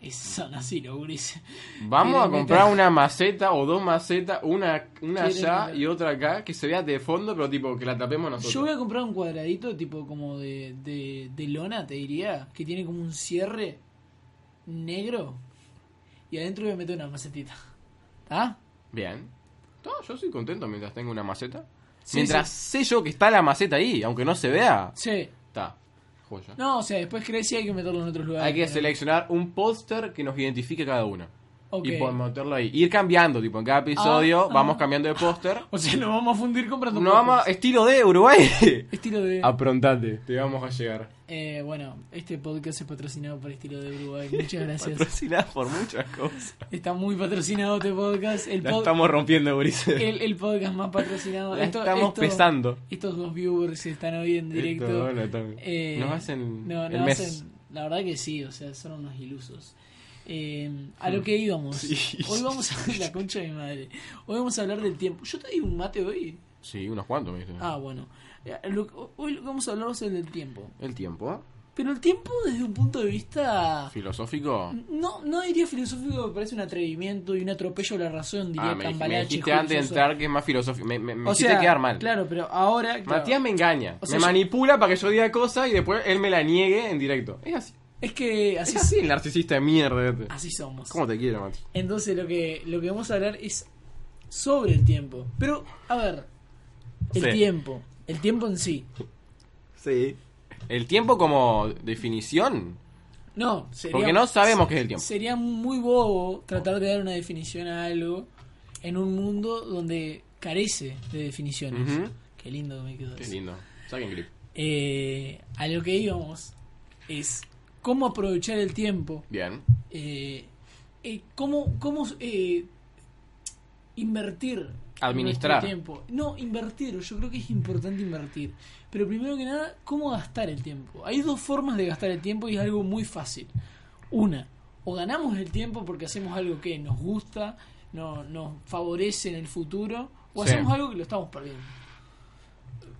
S2: eh, Son así los grises.
S1: Vamos a
S2: Quieren
S1: comprar
S2: meter-
S1: una maceta o dos macetas, una, una
S2: Quieren
S1: allá
S2: meter-
S1: y otra acá, que se vea de fondo, pero tipo que la tapemos nosotros.
S2: Yo voy a comprar un cuadradito tipo como de, de, de lona, te diría, que tiene como un cierre negro y adentro voy a meter una macetita. ¿Ah?
S1: Bien. No, yo soy contento mientras tengo una maceta.
S2: Sí,
S1: mientras sé yo que está la maceta ahí, aunque no se vea,
S2: Sí.
S1: está. Joya.
S2: No, o sea, después crece y hay que meterlo en otros lugares.
S1: Hay que
S2: pero-
S1: seleccionar un póster que nos identifique cada uno.
S2: Ok.
S1: Y podemos meterlo ahí. Ir cambiando, tipo, en cada episodio
S2: ah.
S1: vamos cambiando de póster.
S2: O sea, nos vamos a fundir comprando
S1: No
S2: cosas.
S1: vamos a- Ah. Estilo de Uruguay.
S2: Estilo de...
S1: Aprontate, te vamos a llegar.
S2: Eh, bueno, este podcast es patrocinado por Estilo de Uruguay. Muchas gracias.
S1: Patrocinada por muchas cosas.
S2: Está muy patrocinado este podcast. El,
S1: La
S2: pod-
S1: estamos rompiendo, Ulises.
S2: el, el podcast más patrocinado.
S1: La
S2: Eh, Esto-
S1: estamos
S2: esto-
S1: pesando.
S2: Estos dos viewers que están hoy en directo.
S1: Esto, bueno, está-
S2: Eh,
S1: nos hacen
S2: no,
S1: el
S2: nos
S1: mes.
S2: hacen- la verdad que sí, o sea, son unos ilusos. Eh, a lo que íbamos.
S1: Sí.
S2: Hoy vamos a la concha de mi madre. Hoy vamos a hablar del tiempo. Yo te di un mate hoy.
S1: Sí, unos cuantos, me dicen.
S2: Ah, bueno. Eh, lo- hoy lo que vamos a hablar va a ser del tiempo.
S1: El tiempo,
S2: Pero el tiempo desde un punto de vista...
S1: filosófico.
S2: No, no diría filosófico, me parece un atrevimiento y un atropello a la razón, diría
S1: Ah, me, me
S2: Cambalache,
S1: dijiste
S2: Julio
S1: antes de
S2: Sosa.
S1: entrar que es más filosófico. Me, me, me
S2: O
S1: hiciste
S2: sea,
S1: quedar mal.
S2: Claro, pero ahora... claro.
S1: Matías me engaña.
S2: O sea,
S1: me
S2: yo-
S1: manipula para que yo diga cosas y después él me la niegue en directo. Es así.
S2: Es que así,
S1: Es así el narcisista de mierda. este.
S2: así somos.
S1: ¿Cómo te quiero, Mati?
S2: Entonces lo que, lo que vamos a hablar es sobre el tiempo. Pero, a ver, el
S1: Sí.
S2: tiempo, el tiempo en sí.
S1: Sí. El tiempo como definición.
S2: No, sería,
S1: Porque no sabemos qué es el tiempo.
S2: sería muy bobo tratar de dar una definición a algo en un mundo donde carece de definiciones.
S1: Ujú.
S2: Qué lindo que me quedó
S1: Qué
S2: eso.
S1: lindo. Saquen clip.
S2: Eh, a lo que íbamos es cómo aprovechar el tiempo
S1: Bien.
S2: eh, eh, cómo, cómo eh, invertir
S1: Administrar.
S2: nuestro tiempo. No, invertir, yo creo que es importante invertir. Pero primero que nada, cómo gastar el tiempo. Hay dos formas de gastar el tiempo y es algo muy fácil. Una, o ganamos el tiempo porque hacemos algo que nos gusta, no, nos favorece en el futuro, o
S1: Sí.
S2: hacemos algo que lo estamos perdiendo.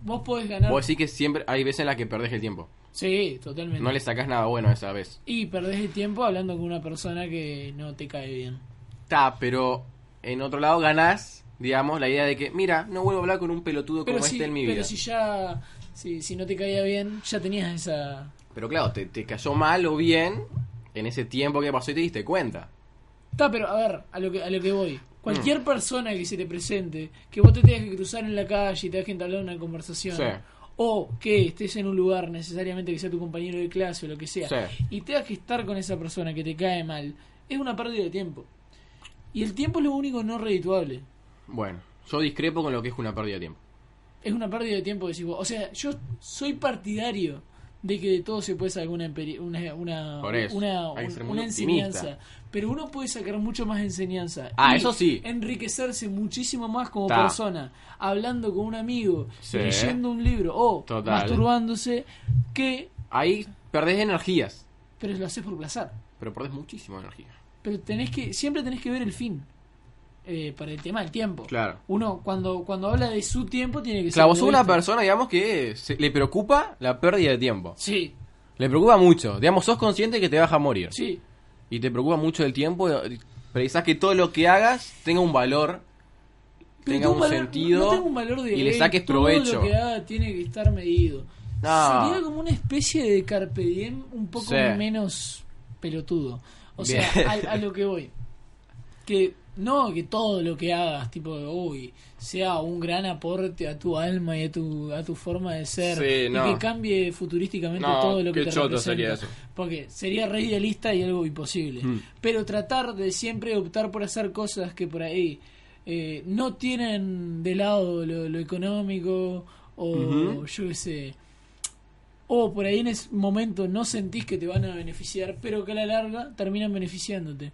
S2: Vos podés ganar.
S1: Vos decís que siempre hay veces en las que perdés el tiempo.
S2: Sí, totalmente.
S1: No le sacás nada bueno a esa vez.
S2: Y perdés el tiempo hablando con una persona que no te cae bien.
S1: Ta, pero en otro lado ganás, digamos, la idea de que, mira, no vuelvo a hablar con un pelotudo como
S2: si,
S1: este en mi
S2: pero
S1: vida.
S2: si ya, si, si no te caía bien, ya tenías esa...
S1: Pero claro, te, te cayó mal o bien en ese tiempo que pasó y te diste cuenta.
S2: Está, pero a ver, a lo que, a lo que voy. Cualquier
S1: Mm.
S2: persona que se te presente, que vos te tengas que cruzar en la calle y tengas que entablar una conversación,
S1: Sí.
S2: o que estés en un lugar necesariamente que sea tu compañero de clase o lo que sea,
S1: Sí.
S2: y tengas que estar con esa persona que te cae mal, es una pérdida de tiempo. Y el tiempo es lo único no redituable.
S1: Bueno, yo discrepo con lo que es una pérdida de tiempo.
S2: Es una pérdida de tiempo, decís vos. O sea, yo soy partidario de que de todo se puede sacar una, emperi- una, una,
S1: Por eso,
S2: una,
S1: hay que ser
S2: un-
S1: muy
S2: una
S1: optimista.
S2: enseñanza. Pero uno puede sacar mucho más enseñanza.
S1: Ah,
S2: y
S1: eso sí.
S2: Enriquecerse muchísimo más como
S1: Ta.
S2: persona, hablando con un amigo,
S1: Sí.
S2: leyendo un libro o
S1: Total.
S2: masturbándose, que.
S1: Ahí perdés energías,
S2: Pero lo haces por placer.
S1: pero perdés muchísima energía.
S2: Pero tenés que, siempre tenés que ver el fin. eh, para el tema del tiempo.
S1: Claro.
S2: Uuno cuando, cuando habla de su tiempo tiene que
S1: Claro, vos
S2: ser. este.
S1: sos una
S2: egoísta.
S1: persona, digamos, que se- le preocupa la pérdida de tiempo.
S2: Sí,
S1: Le preocupa mucho. Digamos, sos consciente que te vas a morir.
S2: sí.
S1: Y te preocupa mucho el tiempo. y Precisás que todo lo que hagas tenga un valor.
S2: Pero
S1: tenga
S2: tengo
S1: un
S2: valor-
S1: sentido
S2: no tengo un valor de
S1: y le
S2: ley,
S1: saques
S2: todo
S1: provecho.
S2: lo que haga tiene que estar medido
S1: No.
S2: sería como una especie de carpe diem un poco
S1: Sí.
S2: menos pelotudo o
S1: Bien.
S2: sea a, a lo que voy que no que todo lo que hagas tipo uy sea un gran aporte a tu alma y a tu a tu forma de ser
S1: Sí,
S2: y
S1: no.
S2: que cambie futurísticamente
S1: No,
S2: todo lo que
S1: qué
S2: te
S1: choto
S2: representa.
S1: sería eso.
S2: porque sería re idealista y algo imposible
S1: Mm.
S2: pero tratar de siempre optar por hacer cosas que por ahí eh, no tienen de lado lo, lo económico o
S1: Ujú.
S2: yo qué sé o por ahí en ese momento no sentís que te van a beneficiar pero que a la larga terminan beneficiándote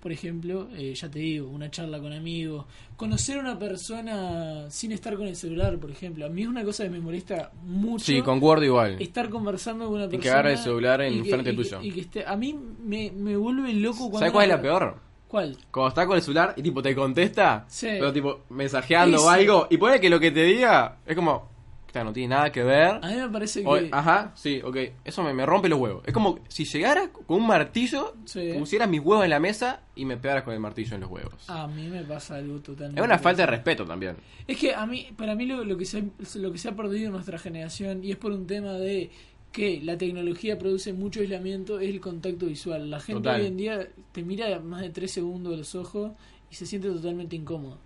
S2: por ejemplo eh, ya te digo una charla con amigos conocer a una persona sin estar con el celular por ejemplo a mí es una cosa que me molesta mucho
S1: Sí, concuerdo igual.
S2: estar conversando con una persona
S1: que agarre el celular
S2: y que-
S1: enfrente
S2: y que-
S1: tuyo.
S2: y que esté- a mí me, me vuelve loco cuando
S1: ¿Sabes cuál es
S2: una-
S1: la peor?
S2: ¿Cuál?
S1: Cuando está con el celular y tipo te contesta,
S2: Sí.
S1: pero tipo mensajeando
S2: Eso.
S1: o algo, y pone que lo que te diga es como, "Esta no tiene nada que ver.
S2: A mí me parece que.
S1: O- ajá, sí, ok. Eso me, me rompe los huevos. Es como si llegara con un martillo,
S2: Sí.
S1: pusieras mis huevos en la mesa y me pegaras con el martillo en los huevos.
S2: A mí me pasa algo totalmente.
S1: es una falta de respeto también.
S2: Es que a mí, para mí lo, lo que se, ha- lo que se ha perdido en nuestra generación, y es por un tema de que la tecnología produce mucho aislamiento, es el contacto visual. La gente
S1: Total.
S2: hoy en día te mira más de tres segundos a los ojos y se siente totalmente incómodo.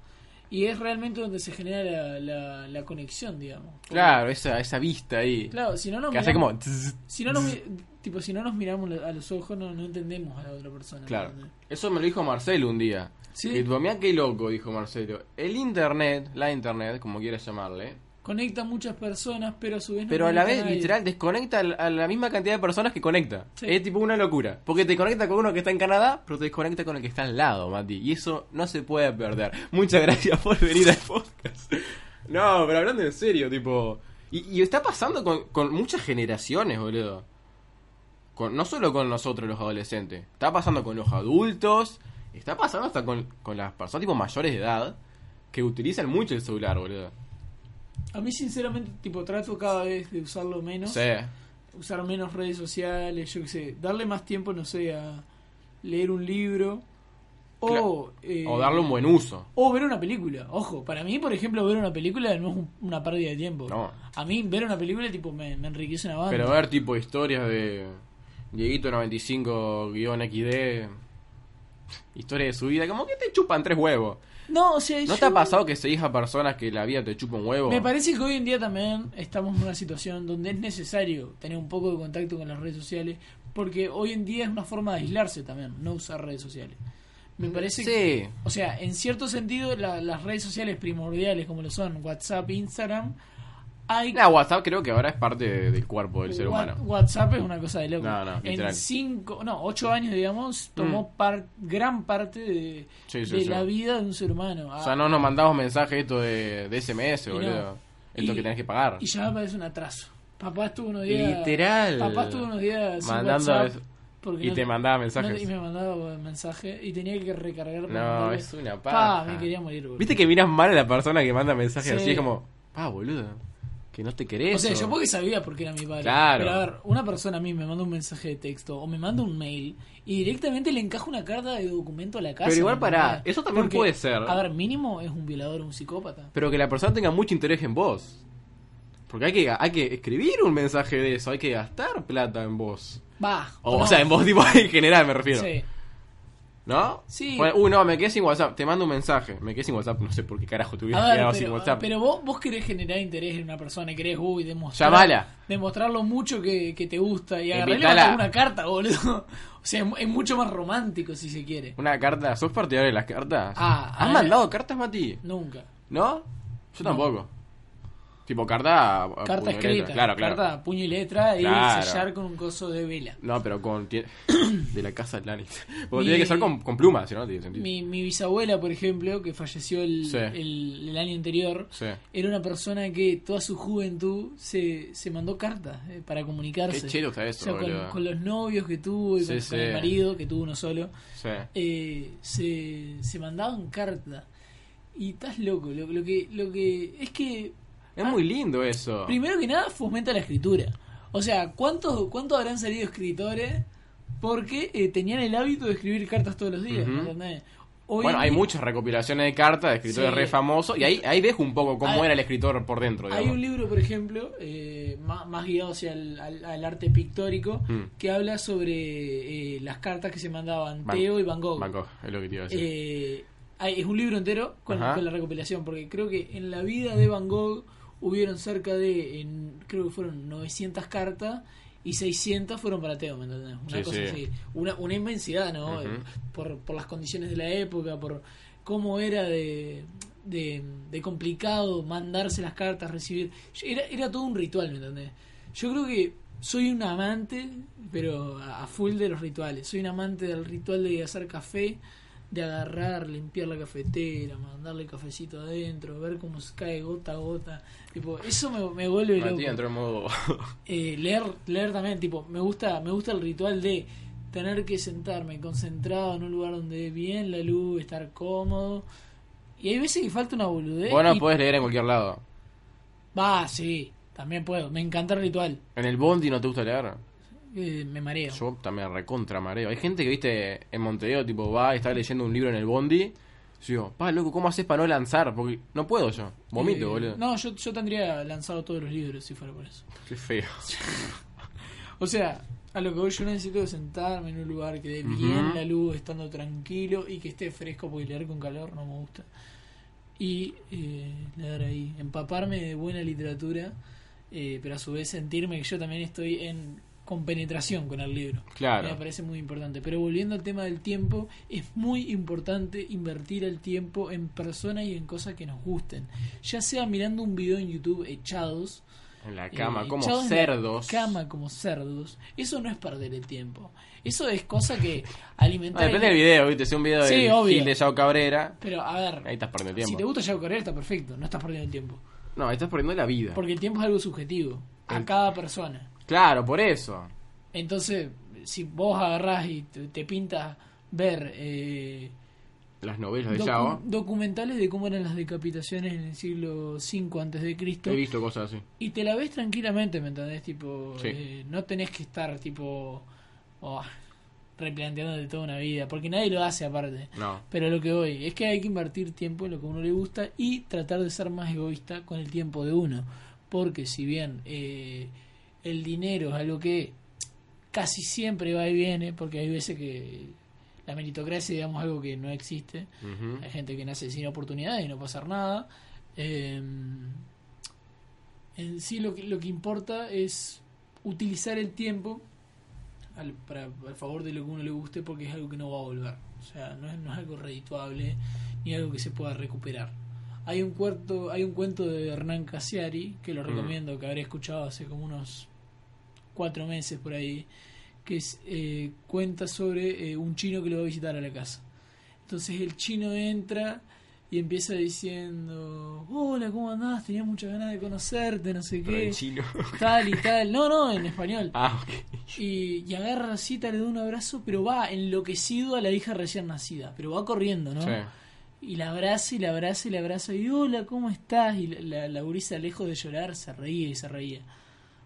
S2: Y es realmente donde se genera la, la- la conexión, digamos. Porque-
S1: Claro, esa, esa vista ahí.
S2: Claro, si no nos
S1: que hace
S2: miramos-
S1: como... tss,
S2: si no nos, mi- tipo, si no nos miramos a los ojos, no, no entendemos a la otra persona.
S1: Claro.
S2: ¿entendés?
S1: Eso me lo dijo Marcelo un día.
S2: Ah, Sí.
S1: Y tipo, mirá qué loco, dijo Marcelo. El internet, la internet, como quieras llamarle,
S2: Conecta a muchas personas, pero a su vez no
S1: Pero a la
S2: conecta
S1: vez,
S2: nadie.
S1: literal, desconecta al- a la misma cantidad de personas que conecta.
S2: Sí.
S1: Es tipo una locura. Porque te conecta con uno que está en Canadá, pero te desconecta con el que está al lado, Mati. Y eso no se puede perder. Muchas gracias por venir al podcast. No, pero hablando en serio, tipo. Y, y está pasando con, con muchas generaciones, boludo. Con, no solo con nosotros los adolescentes. Está pasando con los adultos. Está pasando hasta con, con las personas tipo mayores de edad que utilizan mucho el celular, boludo.
S2: A mí, sinceramente, tipo, trato cada vez de usarlo menos.
S1: Sí.
S2: Usar menos redes sociales, yo qué sé. Darle más tiempo, no sé, a leer un libro. O,
S1: Claro.
S2: eh,
S1: O darle un buen uso.
S2: o ver una película. Ojo, para mí, por ejemplo, ver una película no es un- una pérdida de tiempo.
S1: No.
S2: A mí, ver una película, tipo, me, me enriquece una banda.
S1: Pero ver tipo historias de Dieguito 95-XD, historias de su vida, como que te chupan tres huevos.
S2: no, o sea,
S1: ¿No te
S2: yo-
S1: ha pasado que seguís a personas que la vida te chupa un huevo?
S2: Me parece que hoy en día también estamos en una situación donde es necesario tener un poco de contacto con las redes sociales, porque hoy en día es una forma de aislarse también, no usar redes sociales. Me parece
S1: Sí.
S2: que, o sea, en cierto sentido la- las redes sociales primordiales como lo son WhatsApp, Instagram, hay
S1: La WhatsApp creo que ahora es parte de- del cuerpo del ser
S2: What-
S1: humano.
S2: WhatsApp es una cosa de loco.
S1: No, no, literal. Mm.
S2: en cinco, no, ocho años digamos, tomó par- gran parte de,
S1: Sí, sí,
S2: de
S1: sí.
S2: la vida de un ser humano.
S1: O
S2: Ah,
S1: sea, no nos mandamos mensajes esto de, de SMS,
S2: Y no.
S1: boludo. Esto
S2: Y-
S1: que tenés que pagar.
S2: Y ya me parece un atraso. Papá estuvo unos días.
S1: Literal.
S2: Papá estuvo unos días. sin
S1: Eh, Mandando
S2: WhatsApp
S1: eso.
S2: porque
S1: Y te mandaba mensajes.
S2: no te- y me mandaba mensajes. Y tenía que recargar. para
S1: No,
S2: mandarle.
S1: es una
S2: Pa,
S1: paja.
S2: me quería morir, boludo.
S1: Viste que miras mal a la persona que manda mensajes
S2: Sí.
S1: así, es como, pa, boludo, que no te querés.
S2: O sea,
S1: o-
S2: yo porque sabía porque era mi padre.
S1: Claro.
S2: Pero a ver, una persona a mí me manda un mensaje de texto o me manda un mail y directamente le encaja una carta de documento a la casa.
S1: Pero igual
S2: ¿me
S1: pará,
S2: entendés?
S1: eso también
S2: Porque,
S1: puede ser.
S2: A ver, mínimo es un violador o un psicópata.
S1: Pero que la persona tenga mucho interés en vos. Porque hay que, hay que escribir un mensaje de eso, hay que gastar plata en vos.
S2: Va.
S1: O, o
S2: no.
S1: sea, en vos tipo en general me refiero.
S2: Sí.
S1: ¿No?
S2: Sí.
S1: Pone, Uy, no, me quedé sin WhatsApp. Te mando un mensaje. Me quedé sin WhatsApp. No sé por qué carajo te hubieras
S2: A ver,
S1: quedado sin
S2: pero,
S1: WhatsApp.
S2: pero vos, vos querés generar interés en una persona y querés, uy, demostrar,
S1: Llamala.
S2: demostrar lo mucho que, que te gusta y agarrarle
S1: Invitala.
S2: una carta, boludo. O sea, es, mu- es mucho más romántico si se quiere.
S1: Una carta. ¿Sos partidario de las cartas?
S2: Ah,
S1: ¿Has
S2: ah,
S1: mandado cartas, Mati?
S2: Nunca.
S1: ¿No? Yo tampoco. Tipo, carta. a- a puño
S2: Carta
S1: de letra.
S2: escrita,
S1: Ah, Claro, claro.
S2: carta a puño y letra y
S1: Claro.
S2: sellar con un coso de vela.
S1: No, pero con. tie- De la casa de Lannister. Porque
S2: Mi-
S1: tiene que ser con, con plumas, si no, no tiene sentido.
S2: Mi, mi bisabuela, por ejemplo, que falleció el,
S1: Sí.
S2: el- el año anterior,
S1: Sí.
S2: era una persona que toda su juventud se, se mandó cartas eh, para comunicarse.
S1: Qué chido está
S2: O
S1: eso,
S2: sea, con,
S1: boludo.
S2: con los novios que tuvo y
S1: Sí,
S2: con,
S1: sí.
S2: con el marido, que tuvo uno solo,
S1: Sí.
S2: eh, se, se mandaban cartas. Y estás loco, lo, lo que lo que es que
S1: Es muy lindo eso.
S2: primero que nada fomenta la escritura. O sea, ¿cuántos cuántos habrán salido escritores porque eh, tenían el hábito de escribir cartas todos los días?
S1: Ujú.
S2: ¿entendés? Hoy
S1: bueno,
S2: en
S1: hay
S2: día-
S1: muchas recopilaciones de cartas de escritores
S2: Sí.
S1: re famosos. Y ahí, ahí dejo un poco cómo
S2: Hay-
S1: era el escritor por dentro,
S2: Hay
S1: digamos.
S2: un libro, por ejemplo, eh, má- más, guiado hacia el al, al arte pictórico,
S1: Mm.
S2: que habla sobre eh, las cartas que se mandaban
S1: Van-
S2: Teo y Van Gogh.
S1: Van Gogh, es lo que te iba a decir.
S2: Eh, hay- es un libro entero con,
S1: Ajá.
S2: con la recopilación, porque creo que en la vida de Van Gogh hubieron cerca de, en- creo que fueron 900 cartas y 600 fueron para Teo, ¿me entendés? Una
S1: Sí,
S2: cosa
S1: sí.
S2: así. Una, una inmensidad, ¿no?
S1: Ujú.
S2: Eh, por, por las condiciones de la época, por cómo era de, de, de complicado mandarse las cartas, recibir. Era, era todo un ritual, ¿me entendés? Yo creo que soy un amante, pero a a full de los rituales. Soy un amante del ritual de hacer café, de agarrar, limpiar la cafetera, mandarle cafecito adentro, ver cómo se cae gota a gota. Tipo, eso me, me vuelve loco.
S1: Matías entró en modo.
S2: Eh, leer, leer también, tipo, me gusta, me gusta el ritual de tener que sentarme concentrado en un lugar donde dé bien la luz, estar cómodo. Y hay veces que falta una boludez.
S1: Vos no
S2: Eh, y-
S1: podés leer en cualquier lado.
S2: Va, sí, también puedo. Me encanta el ritual.
S1: En el Bondi no te gusta leer.
S2: Eh, me mareo.
S1: Yo también recontra mareo. Hay gente que, viste, en Montevideo, tipo, va y está leyendo un libro en el Bondi. Yo digo, pa, loco, ¿cómo haces para no lanzar? Porque no puedo yo. Vomito,
S2: Eh,
S1: boludo.
S2: No, yo, yo tendría lanzado todos los libros si fuera por eso.
S1: Qué feo.
S2: O sea, a lo que voy yo necesito sentarme en un lugar que dé bien
S1: Ujú.
S2: la luz, estando tranquilo y que esté fresco, porque leer con calor no me gusta. Y eh, leer ahí, empaparme de buena literatura, eh, pero a su vez sentirme que yo también estoy en compenetración con el libro. Me
S1: Claro.
S2: parece muy importante. Eh, Pero volviendo al tema del tiempo, es muy importante invertir el tiempo en personas y en cosas que nos gusten. Ya sea mirando un video en YouTube echados,
S1: En la cama,
S2: eh,
S1: como
S2: echados en la
S1: cerdos.
S2: cama como cerdos. Eso no es perder el tiempo. Eso es cosa que
S1: No,
S2: alimentar.
S1: Ah, depende del video, viste. Si un video
S2: Sí,
S1: del
S2: obvio.
S1: Gil de Yao Cabrera,
S2: Pero a ver,
S1: ahí estás perdiendo
S2: si te
S1: tiempo.
S2: gusta Yao Correa está perfecto, no estás perdiendo el tiempo.
S1: No, ahí estás perdiendo la vida.
S2: Porque el tiempo es algo subjetivo a
S1: El-
S2: cada persona.
S1: Claro, por eso.
S2: Entonces, si vos agarrás y te, te pintas ver eh,
S1: Las novelas de
S2: docu-
S1: Yao.
S2: documentales de cómo eran las decapitaciones en el siglo V antes de Cristo
S1: He visto cosas así.
S2: y te la ves tranquilamente, ¿me entendés? Tipo,
S1: Sí.
S2: eh, no tenés que estar tipo oh, replanteándote toda una vida, porque nadie lo hace aparte.
S1: No.
S2: Pero lo que voy es que hay que invertir tiempo en lo que a uno le gusta y tratar de ser más egoísta con el tiempo de uno. Porque si bien eh, el dinero es algo que casi siempre va y viene, porque hay veces que la meritocracia, digamos, es algo que no existe.
S1: Ujú.
S2: Hay gente que nace sin oportunidades y no pasar nada. Eh, en sí lo que, lo que importa es utilizar el tiempo al, para, al favor de lo que uno le guste porque es algo que no va a volver. O sea, no es, no es algo redituable ni algo que se pueda recuperar. Hay un, cuarto, hay un cuento de Hernán Casiari que lo
S1: Mm.
S2: recomiendo, que habré escuchado hace como unos cuatro meses por ahí, que es, eh, cuenta sobre eh, un chino que lo va a visitar a la casa. Entonces el chino entra y empieza diciendo, hola, ¿cómo andás? Tenía muchas ganas de conocerte, no sé
S1: Pero
S2: qué,
S1: en chino.
S2: tal y tal. No, no, en español.
S1: ah, ok.
S2: Y, y agarra así, tal, le da un abrazo, pero va enloquecido a la hija recién nacida, pero va corriendo, ¿no?
S1: Sí.
S2: Y la abraza y la abraza y la abraza. Y hola, ¿cómo estás? Y la, la, la gurisa, lejos de llorar, se reía y se reía.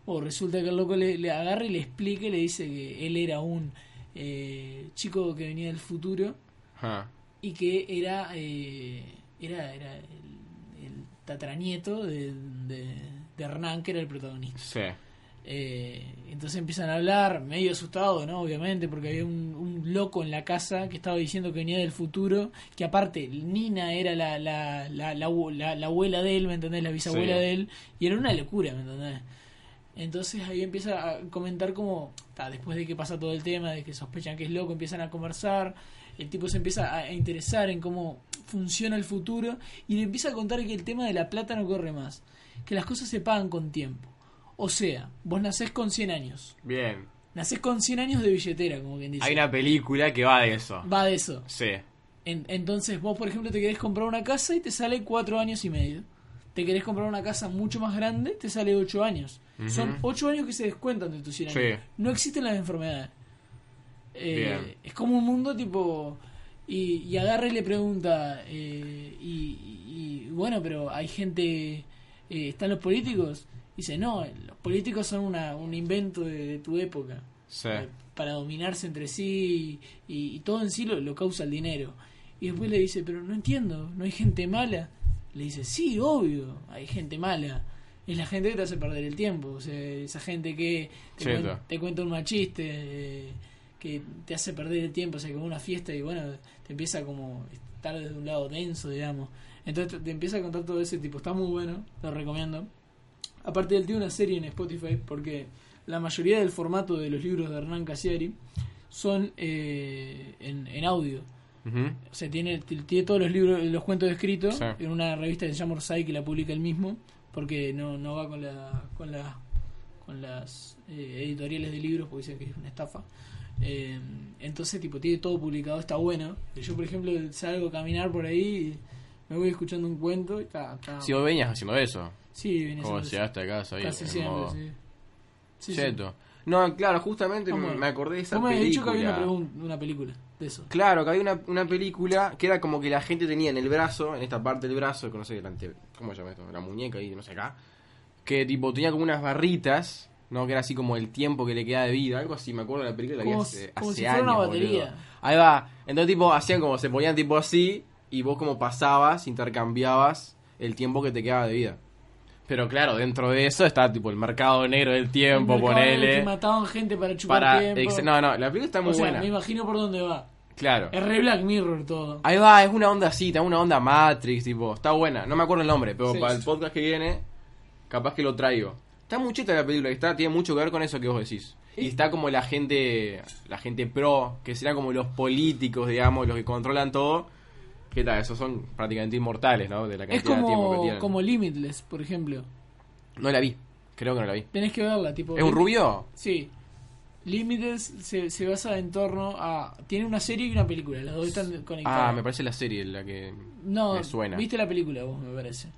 S2: O resulta que el loco le, le agarra y le explica y le dice que él era un eh, chico que venía del futuro
S1: Ajá.
S2: y que era, eh, era, era el, el tataranieto de, de, de Hernán, que era el protagonista.
S1: Sí.
S2: Eh, entonces empiezan a hablar, medio asustado, ¿no? Obviamente, porque había un, un un loco en la casa que estaba diciendo que venía del futuro, que aparte Nina era la, la, la, la, abu- la- la abuela de él, ¿me entendés? La bisabuela
S1: Sí.
S2: de él, y era una locura, ¿me entendés? Entonces ahí empieza a comentar como, ta, después de que pasa todo el tema, de que sospechan que es loco, empiezan a conversar, el tipo se empieza a, a interesar en cómo funciona el futuro y le empieza a contar que el tema de la plata no corre más, que las cosas se pagan con tiempo. O sea, vos nacés con 100 años,
S1: Bien.
S2: nacés con 100 años de billetera, como quien dice.
S1: Hay una película que va de eso.
S2: Va de eso.
S1: Sí.
S2: En- entonces vos, por ejemplo, te querés comprar una casa y te sale cuatro años y medio. Te querés comprar una casa mucho más grande, te sale ocho años. Son ocho años que se descuentan de tus 100 años.
S1: Sí.
S2: No existen las enfermedades. Eh,
S1: Bien.
S2: es como un mundo tipo... Y, y agarra y le pregunta, eh, y, y- y, bueno, pero hay gente, eh, están los políticos. Dice, no, los políticos son una- un invento de- de tu época
S1: Sí.
S2: eh, para dominarse entre sí y, y todo en sí lo, lo causa el dinero. Y después le dice, pero no entiendo, ¿no hay gente mala? Le dice, sí, obvio, hay gente mala. Es la gente que te hace perder el tiempo, o sea, esa gente que te,
S1: Cheto.
S2: cuen- te cuenta un machiste, eh, que te hace perder el tiempo, o sea, que va a una fiesta y bueno, te empieza como estar desde un lado denso, digamos. Entonces te, te empieza a contar todo ese tipo, está muy bueno, lo recomiendo. Aparte, él tiene una serie en Spotify porque la mayoría del formato de los libros de Hernán Casiari son eh, en, en audio.
S1: Ujú.
S2: O sea, tiene, tiene todos los libros, los cuentos escritos
S1: Sí.
S2: en una revista que se llama Orsay que la publica él mismo porque no, no va con la, con la con las eh, editoriales de libros porque dicen que es una estafa. Eh, entonces, tipo, tiene todo publicado, está bueno. Yo, por ejemplo, salgo a caminar por ahí y me voy escuchando un cuento y está... está-
S1: Si vos venías haciendo eso,
S2: Ah, sí, viene
S1: como
S2: siendo
S1: llegaste acá, sabías.
S2: Casi
S1: en
S2: siempre,
S1: modo-
S2: sí. Sí, sí.
S1: Cheto. No, claro, justamente
S2: ¿Cómo?
S1: me acordé de esa
S2: Vos me habías dicho que
S1: película.
S2: había una, pregun- una película de eso.
S1: Claro, que había una, una película que era como que la gente tenía en el brazo, en esta parte del brazo, que no sé, delante, ¿cómo se llama esto? La muñeca y no sé acá. Que tipo tenía como unas barritas, ¿no? Que era así como el tiempo que le queda de vida, algo así, me acuerdo de la película, la vi
S2: Como
S1: hace,
S2: si- como
S1: hace
S2: si fuera
S1: años.
S2: una
S1: boludo.
S2: batería.
S1: Ahí va. Entonces tipo hacían como, se ponían tipo así y vos como pasabas, intercambiabas el tiempo que te quedaba de vida. Pero claro, dentro de eso está tipo el mercado negro del tiempo,
S2: Un mercado en el
S1: ponele.
S2: Que mataban gente para chupar
S1: Para...
S2: tiempo.
S1: ex- No, no, la película está muy
S2: o sea,
S1: buena.
S2: me imagino por dónde va.
S1: Claro.
S2: Es re Black Mirror todo.
S1: Ahí va, es una onda así, está una onda Matrix, tipo, está buena, no me acuerdo el nombre, pero
S2: Sí,
S1: para
S2: sí.
S1: el podcast que viene, capaz que lo traigo. Está muy cheta la película que está, tiene mucho que ver con eso que vos decís. Y está como la gente, la gente pro, que serán como los políticos, digamos, los que controlan todo. ¿Qué tal? Esos son prácticamente inmortales, ¿no? De la
S2: es
S1: cantidad de tiempo que
S2: como,
S1: tienen.
S2: como Limitless, por ejemplo.
S1: No la vi, creo que no la vi.
S2: Tenés que verla, tipo.
S1: ¿Es un
S2: Lim-
S1: rubio?
S2: Sí. Limitless se, se basa en torno a. Tiene una serie y una película, las dos están conectadas.
S1: Ah, me parece la serie la que...
S2: No,
S1: me suena.
S2: viste la película vos, me parece.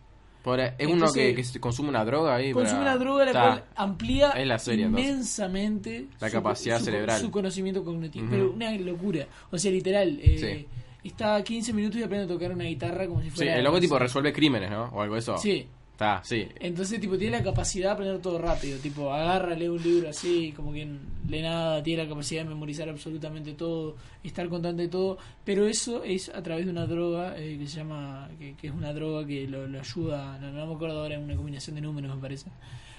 S1: Por- es uno
S2: Entonces-
S1: que, que se consume una droga ahí.
S2: Consume
S1: para-
S2: una droga la
S1: Está.
S2: cual amplía
S1: Es la serie, entonces.
S2: inmensamente
S1: La capacidad cerebral.
S2: su conocimiento cognitivo.
S1: Ujú.
S2: Pero una locura. O sea, literal. eh, Está 15 minutos y aprende a tocar una guitarra como si
S1: Sí,
S2: fuera.
S1: el loco tipo resuelve crímenes, ¿no? O algo de eso.
S2: Sí.
S1: Está, sí.
S2: Entonces, tipo, tiene la capacidad de aprender todo rápido. Tipo, agarra, lee un libro así, como que lee nada, tiene la capacidad de memorizar absolutamente todo, estar contante de todo. Pero eso es a través de una droga eh, que se llama. Que, que es una droga que lo, lo ayuda. No, no me acuerdo ahora, es una combinación de números, me parece.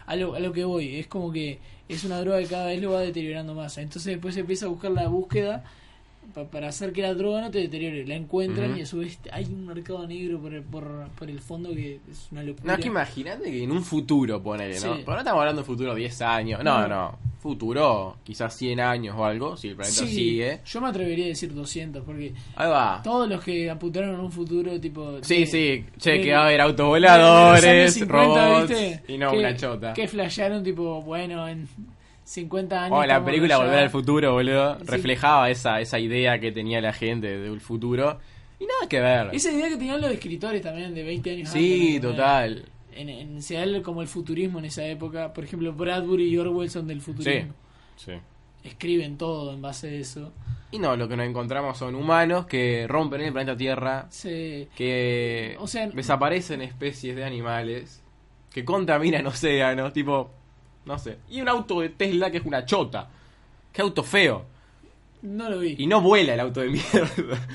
S2: A lo, a lo que voy, es como que es una droga que cada vez lo va deteriorando más. Entonces, después se empieza a buscar la búsqueda. pa- Para hacer que la droga no te deteriore, la encuentran
S1: Ujú.
S2: y a su vez hay un mercado negro por el, por, por el fondo que es una locura.
S1: No, es que imagínate que en un futuro, ponele, ¿no?
S2: Sí.
S1: Pero no estamos hablando de futuro 10 años. No,
S2: No.
S1: no. Futuro, quizás 100 años o algo, si el planeta
S2: Sí,
S1: sigue.
S2: Yo me atrevería a decir 200, porque
S1: Ahí va.
S2: todos los que apuntaron a un futuro tipo.
S1: Sí, sí. Che,
S2: de-
S1: que va a haber autos
S2: de- de Eh, los
S1: voladores,
S2: años 50,
S1: robots.
S2: ¿viste?
S1: Y no,
S2: que,
S1: una chota.
S2: Que flashearon, tipo, bueno, en 50 años.
S1: Oh, la
S2: estamos
S1: película
S2: allá.
S1: Volver al Futuro, boludo.
S2: Sí.
S1: Reflejaba esa, esa idea que tenía la gente del futuro. Y nada que ver.
S2: Esa idea que tenían los escritores también de 20 años antes,
S1: Sí,
S2: ¿no?
S1: total.
S2: En, en- se da el- como el futurismo en esa época. Por ejemplo, Bradbury y Orwell son del
S1: Sí.
S2: futurismo.
S1: Sí.
S2: Escriben todo en base a eso.
S1: Y no, lo que nos encontramos son humanos que rompen el planeta Tierra,
S2: Se,
S1: que
S2: O sea,
S1: desaparecen especies de animales, que contaminan océanos, tipo, no sé. Y un auto de Tesla que es una chota. Qué auto feo.
S2: no lo vi.
S1: Y no vuela el auto de mierda.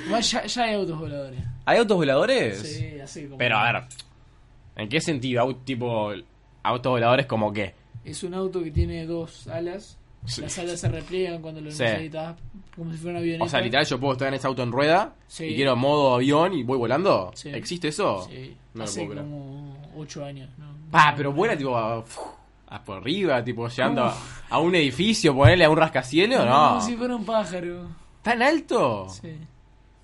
S2: Igual Ya, ya hay autos voladores.
S1: ¿Hay autos voladores?
S2: Sí, así como.
S1: Pero a ver, ¿en qué sentido? Au- tipo, autos voladores como qué?
S2: Es un auto que tiene dos alas
S1: Sí.
S2: Las alas se repliegan cuando lo
S1: Sí.
S2: necesitas, como si fuera un avión.
S1: O sea, literal, yo puedo estar en ese auto en rueda
S2: Sí.
S1: y quiero modo avión y voy volando.
S2: Sí.
S1: ¿Existe eso?
S2: Sí,
S1: No lo
S2: hace
S1: puedo creer.
S2: como 8 años. ¿no?
S1: Pa, pero vuela tipo a, a por arriba, tipo llegando a, a un edificio, ponerle a un rascacielos, no.
S2: Como si fuera un pájaro.
S1: ¿Tan alto?
S2: Sí.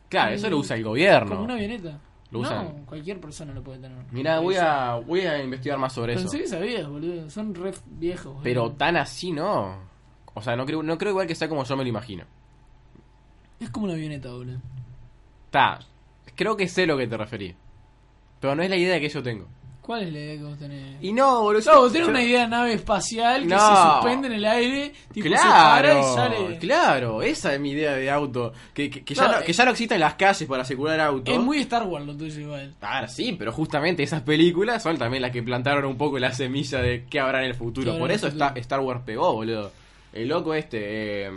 S1: Claro, eso lo usa el
S2: Como
S1: gobierno.
S2: una avioneta.
S1: Lo usan.
S2: No, cualquier persona lo puede tener.
S1: Mirá, voy a, voy a investigar más sobre eso.
S2: Pensé que sabías, boludo. Son re viejos. boludo.
S1: Pero tan así no. O sea, no creo, no creo igual que sea como yo me lo imagino.
S2: Es como una avioneta, boludo.
S1: Ta, creo que sé lo que te referí. Pero no es la idea que yo tengo.
S2: ¿Cuál es la idea que vos tenés?
S1: Y no, boludo.
S2: No, vos tenés
S1: yo-
S2: una idea de nave espacial que
S1: No.
S2: se suspende en el aire, tipo se para
S1: Claro,
S2: y sale.
S1: claro, esa es mi idea de auto. Que, que- que ya,
S2: No,
S1: no,
S2: eh,
S1: que ya no existen las calles para circular autos.
S2: Es muy Star Wars lo tuyo igual.
S1: Ah, sí, pero justamente esas películas son también las que plantaron un poco la semilla de qué habrá en el futuro.
S2: Claro,
S1: Por
S2: en el
S1: eso
S2: futuro.
S1: está, Star Wars pegó, boludo. El loco este, eh,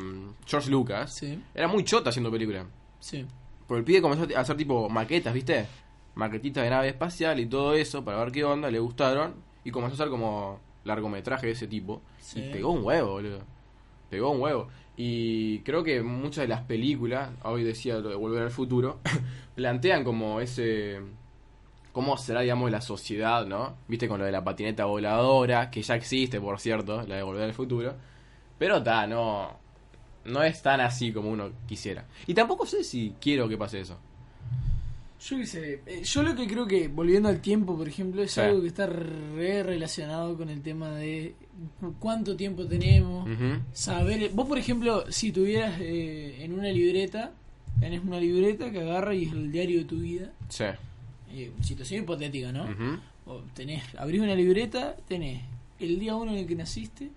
S1: George Lucas,
S2: Sí.
S1: era muy chota haciendo películas.
S2: Sí.
S1: Por el pibe comenzó a hacer tipo maquetas, ¿viste? Maquetitas de nave espacial y todo eso para ver qué onda, le gustaron. Y comenzó a hacer como largometraje de ese tipo.
S2: Sí.
S1: Y pegó un huevo, boludo. Pegó un huevo. Y creo que muchas de las películas, hoy decía lo de Volver al Futuro, plantean como ese. ¿Cómo será, digamos, la sociedad, no? Viste con lo de la patineta voladora, que ya existe, por cierto, la de Volver al Futuro. Pero ta, no. No es tan así como uno quisiera. Y tampoco sé si quiero que pase eso.
S2: Yo qué sé, eh, yo lo que creo que, volviendo al tiempo, por ejemplo, es
S1: Sí.
S2: algo que está re relacionado con el tema de cu- cuánto tiempo tenemos,
S1: Ujú.
S2: saber... Vos, por ejemplo, si tuvieras eh, en una libreta, tenés una libreta que agarra y es el diario de tu vida,
S1: Sí.
S2: eh, situación hipotética, ¿no?
S1: Ujú.
S2: O tenés, abrís una libreta, tenés el día uno en el que naciste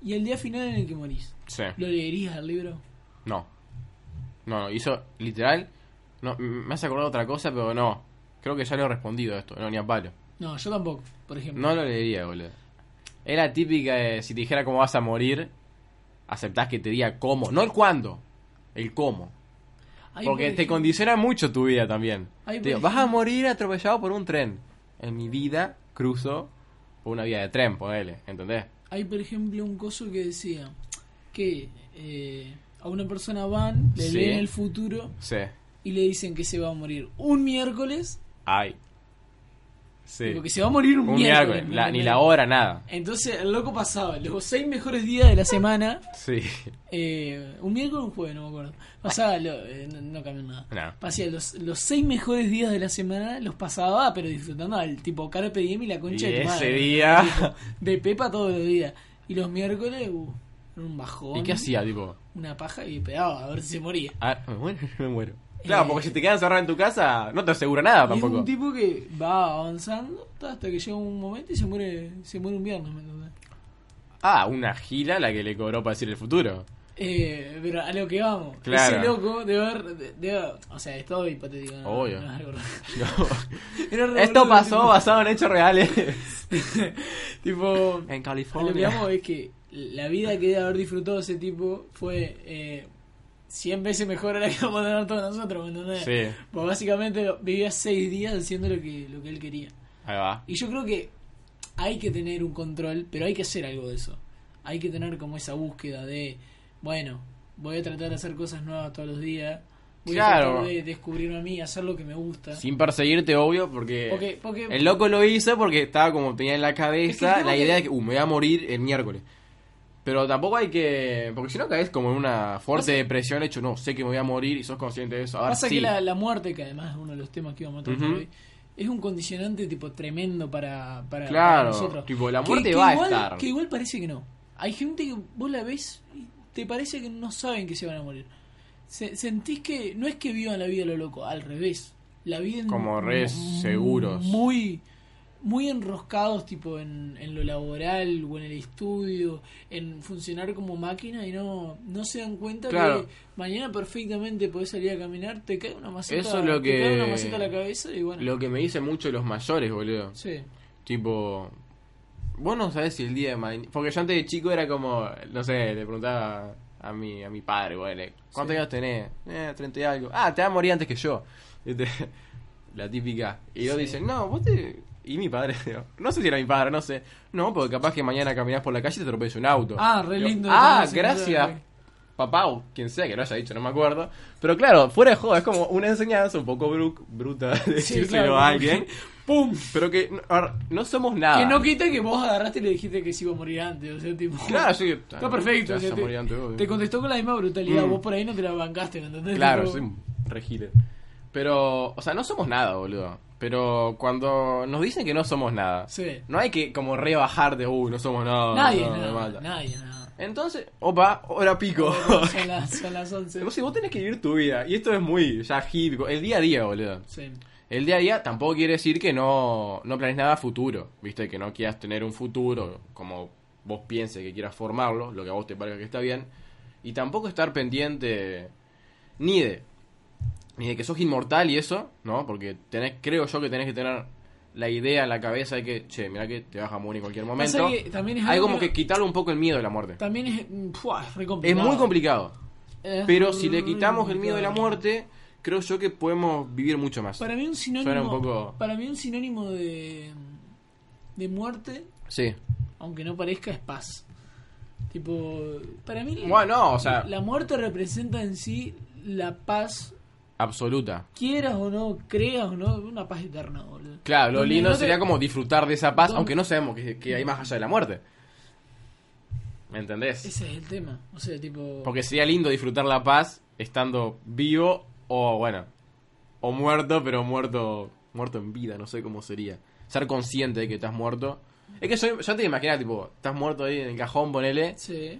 S2: y el día final en el que morís.
S1: Sí.
S2: ¿Lo leerías al libro?
S1: No. No, no, hizo literal. No, m- me has acordado otra cosa, pero no. Creo que ya lo he respondido a esto, no, ni a palo.
S2: No, yo tampoco, por ejemplo.
S1: No lo leería, boludo. Era típica de si te dijera cómo vas a morir, aceptás que te diga cómo, no el cuándo, el cómo.
S2: Ahí,
S1: Porque
S2: por
S1: te
S2: ejemplo,
S1: condiciona mucho tu vida también.
S2: Ahí,
S1: Te
S2: por
S1: digo, vas a
S2: ejemplo-
S1: morir atropellado por un tren. En mi vida cruzo por una vía de tren, ponele, ¿entendés?
S2: Hay, por ejemplo, un coso que decía que eh, a una persona van, le
S1: Sí.
S2: leen el futuro
S1: Sí.
S2: y le dicen que se va a morir un miércoles.
S1: Ay. Sí.
S2: Porque se va a morir un,
S1: Un
S2: miércoles.
S1: miércoles, la- ni
S2: ¿entendés?
S1: la hora, nada.
S2: Entonces el loco pasaba los seis mejores días de la semana,
S1: Sí.
S2: eh, un miércoles o un jueves, no me acuerdo. Pasaba, lo- eh, no, no cambió nada.
S1: No.
S2: Pasía los, los seis mejores días de la semana, los pasaba, pero disfrutando al tipo Carpe Diem y la
S1: Y
S2: concha de tu
S1: ese
S2: madre.
S1: día.
S2: De Pepa todos los días. Y los miércoles, uh, era un bajón.
S1: ¿Y qué hacía, tipo?
S2: una paja y pegaba a ver si se moría.
S1: A ver, me muero, me muero. Claro, porque si te quedas encerrado en tu casa, no te asegura nada
S2: Eh. Y es
S1: Ah, tampoco.
S2: un tipo que va avanzando hasta que llega un momento y se muere, se muere un viernes, ¿me entendés?
S1: Ah, una gila la que le cobró para decir el futuro.
S2: Eh, pero a lo que vamos,
S1: Claro.
S2: ese loco debe haber, de- debe haber- o sea, es todo hipotético, ¿no?
S1: Obvio.
S2: No es algo real.
S1: No.
S2: Era re
S1: Esto
S2: boludo,
S1: pasó basado en hechos reales.
S2: tipo- Tipo,
S1: En
S2: a lo que
S1: California.
S2: vamos es que la vida que debe haber disfrutado ese tipo fue eh, 100 veces mejor a la que vamos a tener todos nosotros, ¿me entendés?
S1: Sí,
S2: Pues básicamente vivía 6 días haciendo lo que, lo que él quería.
S1: ahí va.
S2: Y yo creo que hay que tener un control, pero hay que hacer algo de eso. Hay que tener como esa búsqueda de, bueno, voy a tratar de hacer cosas nuevas todos los días. Voy
S1: Claro.
S2: a tratar de descubrirme a mí, hacer lo que me gusta.
S1: Sin perseguirte, obvio, porque,
S2: Porque- porque-
S1: el loco lo hizo porque estaba como tenía en la
S2: Es
S1: cabeza
S2: que el tema
S1: la
S2: que-
S1: idea de que, uh, me voy a morir el miércoles. Pero tampoco hay que. Porque si no caes como en una fuerte depresión, hecho, no, sé que me voy a morir y sos consciente de eso. Ahora
S2: Pasa
S1: sí.
S2: que la, la muerte, que además es uno de los temas que íbamos a tratar
S1: Ujú.
S2: hoy, es un condicionante tipo tremendo para, para, para
S1: Claro,
S2: nosotros.
S1: tipo, la
S2: Que-
S1: muerte
S2: que
S1: va a
S2: igual-
S1: estar.
S2: Que igual parece que no. Hay gente que vos la ves y te parece que no saben que se van a morir. Se- sentís que no es que vivan la vida a lo loco, al revés. La viven
S1: Como re
S2: mu-
S1: seguros.
S2: Muy muy enroscados tipo en, en lo laboral o en el estudio, en funcionar como máquina y no, no se dan cuenta
S1: Claro.
S2: que mañana perfectamente podés salir a caminar, te cae una maceta,
S1: Eso es lo
S2: te cae
S1: que-
S2: una maceta a la cabeza y bueno.
S1: Lo que me dicen mucho los mayores, boludo.
S2: Sí,
S1: Tipo, vos no sabés si el día de mañana. Porque yo antes de chico era como, no sé, le preguntaba a mi, a mi padre, ponele, ¿cuántos
S2: Sí.
S1: años tenés? Eh, 30 y algo. Ah, te vas a morir antes que yo. Este, La típica. Y ellos
S2: Sí.
S1: dicen, no, vos te. Y mi padre, digo, no sé si era mi padre, no sé. No, porque capaz que mañana caminás por la calle y te atropella un auto.
S2: Ah, re
S1: Digo,
S2: lindo.
S1: Ah,
S2: Sí,
S1: gracias.
S2: claro.
S1: Papá o quien sea que lo haya dicho, no me acuerdo. Pero claro, fuera de joda, es como una enseñanza un poco bru- bruta de
S2: Sí,
S1: decírselo
S2: claro,
S1: a
S2: porque-
S1: alguien. ¡Pum! Pero que no, ahora, no somos nada.
S2: Que no quita que vos agarraste y le dijiste que se iba a morir antes. O sea, tipo.
S1: Claro, sí.
S2: Está perfecto.
S1: Te
S2: o
S1: vas
S2: sea,
S1: a morir antes,
S2: te,
S1: obvio.
S2: te contestó con la misma brutalidad.
S1: Mm.
S2: Vos por ahí no te la bancaste, ¿me entendés?
S1: Claro,
S2: Tipo,
S1: soy un regile. Pero, o sea, no somos nada, boludo. Pero cuando nos dicen que no somos nada,
S2: Sí.
S1: no hay que como rebajar de, uy, no somos nada.
S2: Nadie,
S1: no,
S2: es
S1: me
S2: nada,
S1: mata".
S2: nadie, es nada.
S1: Entonces, opa, hora pico.
S2: Son las, son las 11.
S1: No sé, vos tenés que vivir tu vida. Y esto es muy ya hip, el día a día, boludo.
S2: Sí.
S1: El día a día tampoco quiere decir que no, no planees nada a futuro, ¿viste? Que no quieras tener un futuro como vos pienses que quieras formarlo, lo que a vos te parezca que está bien. Y tampoco estar pendiente ni de, ni de que sos inmortal y eso, ¿no? Porque tenés, creo yo que tenés que tener la idea en la cabeza de que, che, mirá que te vas a morir en cualquier
S2: Pasa
S1: momento.
S2: que también es
S1: Hay
S2: algo
S1: como que quitarle un poco el miedo de la muerte.
S2: También es. mm, fuah, es re
S1: Es
S2: complicado.
S1: muy complicado.
S2: Es
S1: Pero si le
S2: re
S1: quitamos el miedo de la
S2: complicado.
S1: muerte, creo yo que podemos vivir mucho más.
S2: Para mí un sinónimo.
S1: Suena un poco-
S2: Para mí un sinónimo de. de muerte,
S1: Sí.
S2: aunque no parezca, es paz. Tipo. Para mí.
S1: Bueno, o sea,
S2: La muerte representa en sí la paz,
S1: absoluta.
S2: quieras o no, creas o no, una paz eterna, boludo.
S1: Claro, lo
S2: Donde
S1: lindo
S2: no te-
S1: sería como disfrutar de esa paz,
S2: Donde-
S1: aunque no sabemos que, que hay más allá de la muerte. ¿Me entendés?
S2: Ese es el tema. O sea, tipo.
S1: Porque sería lindo disfrutar la paz estando vivo o, bueno, o muerto, pero muerto muerto en vida, no sé cómo sería. Ser consciente de que estás muerto. Es que yo, yo te imaginas, tipo, estás muerto ahí en el cajón, ponele,
S2: Sí.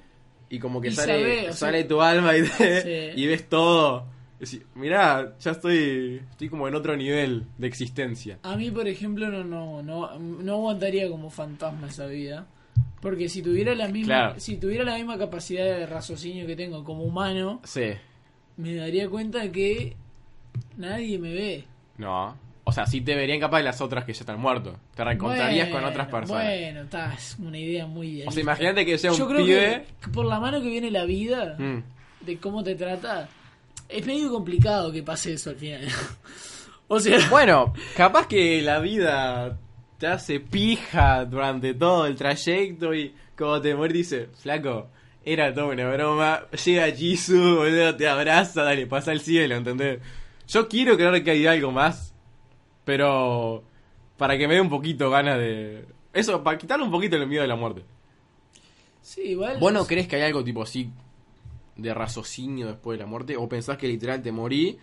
S1: y como que
S2: Y
S1: sale,
S2: sabe, o sea-
S1: sale tu alma y, te-
S2: Sí.
S1: y ves todo. Y decís, mirá, ya estoy, estoy como en otro nivel de existencia.
S2: A mí, por ejemplo, no, no, no, no aguantaría como fantasma esa vida. Porque si tuviera la misma,
S1: Claro.
S2: si tuviera la misma capacidad de raciocinio que tengo como humano,
S1: Sí.
S2: me daría cuenta que nadie me ve.
S1: No. O sea, sí te verían capaz las otras que ya están muertos. Te reencontrarías con otras
S2: Bueno,
S1: personas.
S2: Bueno, está, es una idea muy.
S1: O sea, imagínate que sea un
S2: Yo creo
S1: pibe.
S2: que por la mano que viene la vida,
S1: Mm.
S2: de cómo te trata, es medio complicado que pase eso al final. o sea,
S1: Bueno, capaz que la vida te hace pija durante todo el trayecto y como te mueres dice, flaco, era toda una broma, llega Jisoo, boludo, te abraza, dale, pasa al cielo, ¿entendés? Yo quiero creer que hay algo más, pero para que me dé un poquito ganas de... Eso, para quitarle un poquito el miedo de la muerte.
S2: sí, igual.
S1: ¿Vos no crees que hay algo tipo así de raciocinio después de la muerte? ¿O pensás que literal te morí?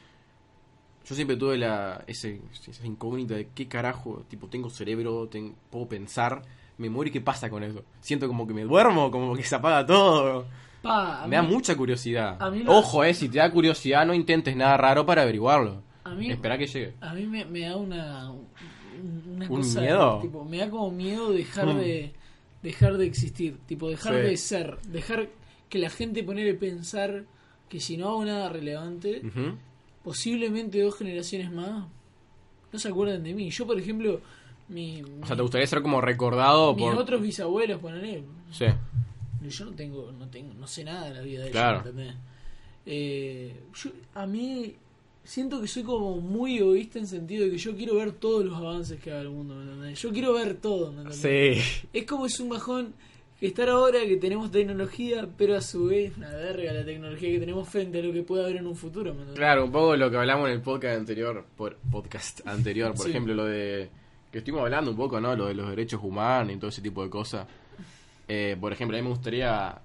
S1: Yo siempre tuve la, ese, esa incógnita de qué carajo, tipo, tengo cerebro, ten- puedo pensar, me muero y qué pasa con eso. Siento como que me duermo, como que se apaga todo.
S2: Pa, a
S1: me da
S2: mí-
S1: mucha curiosidad.
S2: a mí lo-
S1: Ojo, eh, si te da curiosidad, no intentes nada raro para averiguarlo.
S2: A mí-
S1: Espera que llegue.
S2: A mí me, me da una. una
S1: ¿Un
S2: cosa,
S1: miedo?
S2: Tipo, me da como miedo dejar
S1: Mm.
S2: de. Dejar de existir. Tipo, dejar
S1: Sí.
S2: de ser. Dejar que la gente ponele pensar que si no hago nada relevante,
S1: Ujú.
S2: posiblemente dos generaciones más no se acuerdan de mí. Yo, por ejemplo, mi.
S1: O sea, ¿te gustaría ser como recordado
S2: mis
S1: por...?
S2: otros bisabuelos, ponele.
S1: Sí.
S2: Yo no tengo, no tengo, no sé nada de la vida de
S1: Claro.
S2: ellos, ¿entendés? Eh, yo, a mí siento que soy como muy egoísta en sentido de que yo quiero ver todos los avances que haga el mundo, ¿me entendés? Yo quiero ver todo, ¿me entendés?
S1: Sí.
S2: Es como es un bajón estar ahora que tenemos tecnología, pero a su vez una verga la tecnología que tenemos frente a lo que puede haber en un futuro, ¿me entendés?
S1: Claro, un poco lo que hablamos en el podcast anterior, por podcast anterior, por
S2: Sí.
S1: ejemplo, lo de que estuvimos hablando un poco, ¿no? Lo de los derechos humanos y todo ese tipo de cosas. Eh, por ejemplo, a mí me gustaría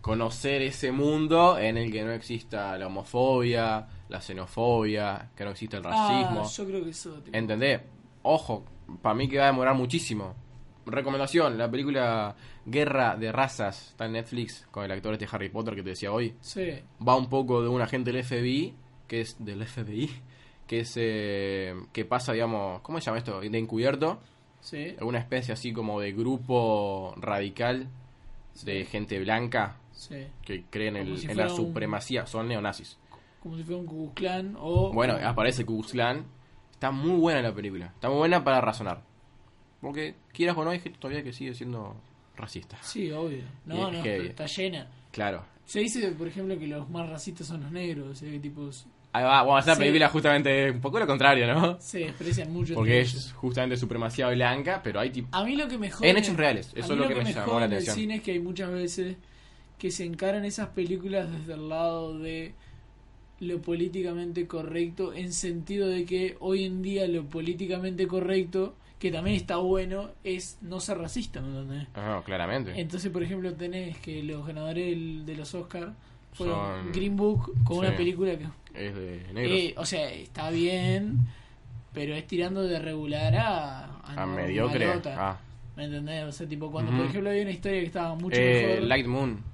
S1: conocer ese mundo en el que no exista la homofobia, la xenofobia, que no exista el racismo.
S2: Ah, yo creo que eso. tipo,
S1: ¿Entendés? Ojo, para mí que va a demorar muchísimo. Recomendación, la película Guerra de Razas, está en Netflix, con el actor este Harry Potter que te decía hoy
S2: sí.
S1: va un poco de un agente del FBI, que es del FBI, que es eh, que pasa, digamos, ¿cómo se llama esto? De encubierto,
S2: Sí.
S1: una especie así como de grupo radical de gente blanca
S2: Sí.
S1: que creen en,
S2: Como si
S1: en la
S2: fuera un-
S1: supremacía, son neonazis.
S2: Como si fuera un Ku Klux Klan o.
S1: Bueno, aparece Ku Klux Klan. está muy buena la película, está muy buena para razonar. Porque quieras o no, hay gente todavía que sigue siendo racista.
S2: Sí, obvio.
S1: Y
S2: No,
S1: es
S2: no,
S1: heavy.
S2: está llena.
S1: Claro.
S2: Se dice, por ejemplo, que los más racistas son los negros, eh, o sea, que tipos
S1: Ahí va, bueno, esa
S2: Sí.
S1: película justamente es un poco lo contrario, ¿no?
S2: Se desprecian mucho.
S1: Porque
S2: entre
S1: es
S2: ellos.
S1: justamente supremacia blanca, pero hay tipo...
S2: A mí lo que me jode.
S1: En hechos reales,
S2: a
S1: eso
S2: mí
S1: es lo que me llamó
S2: jode
S1: la
S2: del
S1: atención.
S2: cine es que hay muchas veces que se encaran esas películas desde el lado de lo políticamente correcto, en sentido de que hoy en día lo políticamente correcto, que también está bueno, es no ser racista, ¿me entendés?
S1: No, claramente.
S2: Entonces, por ejemplo, tenés que los ganadores del- de los Oscar fueron
S1: Son-
S2: Green Book con una
S1: sí.
S2: película que
S1: Es de negros.
S2: eh, o sea, está bien, pero es tirando de regular a, a
S1: ah,
S2: no
S1: mediocre.
S2: malota.
S1: Ah.
S2: ¿Me entendés? O sea, tipo, cuando
S1: Ujú.
S2: por ejemplo había una historia que estaba mucho
S1: Eh,
S2: mejor.
S1: Light Moon.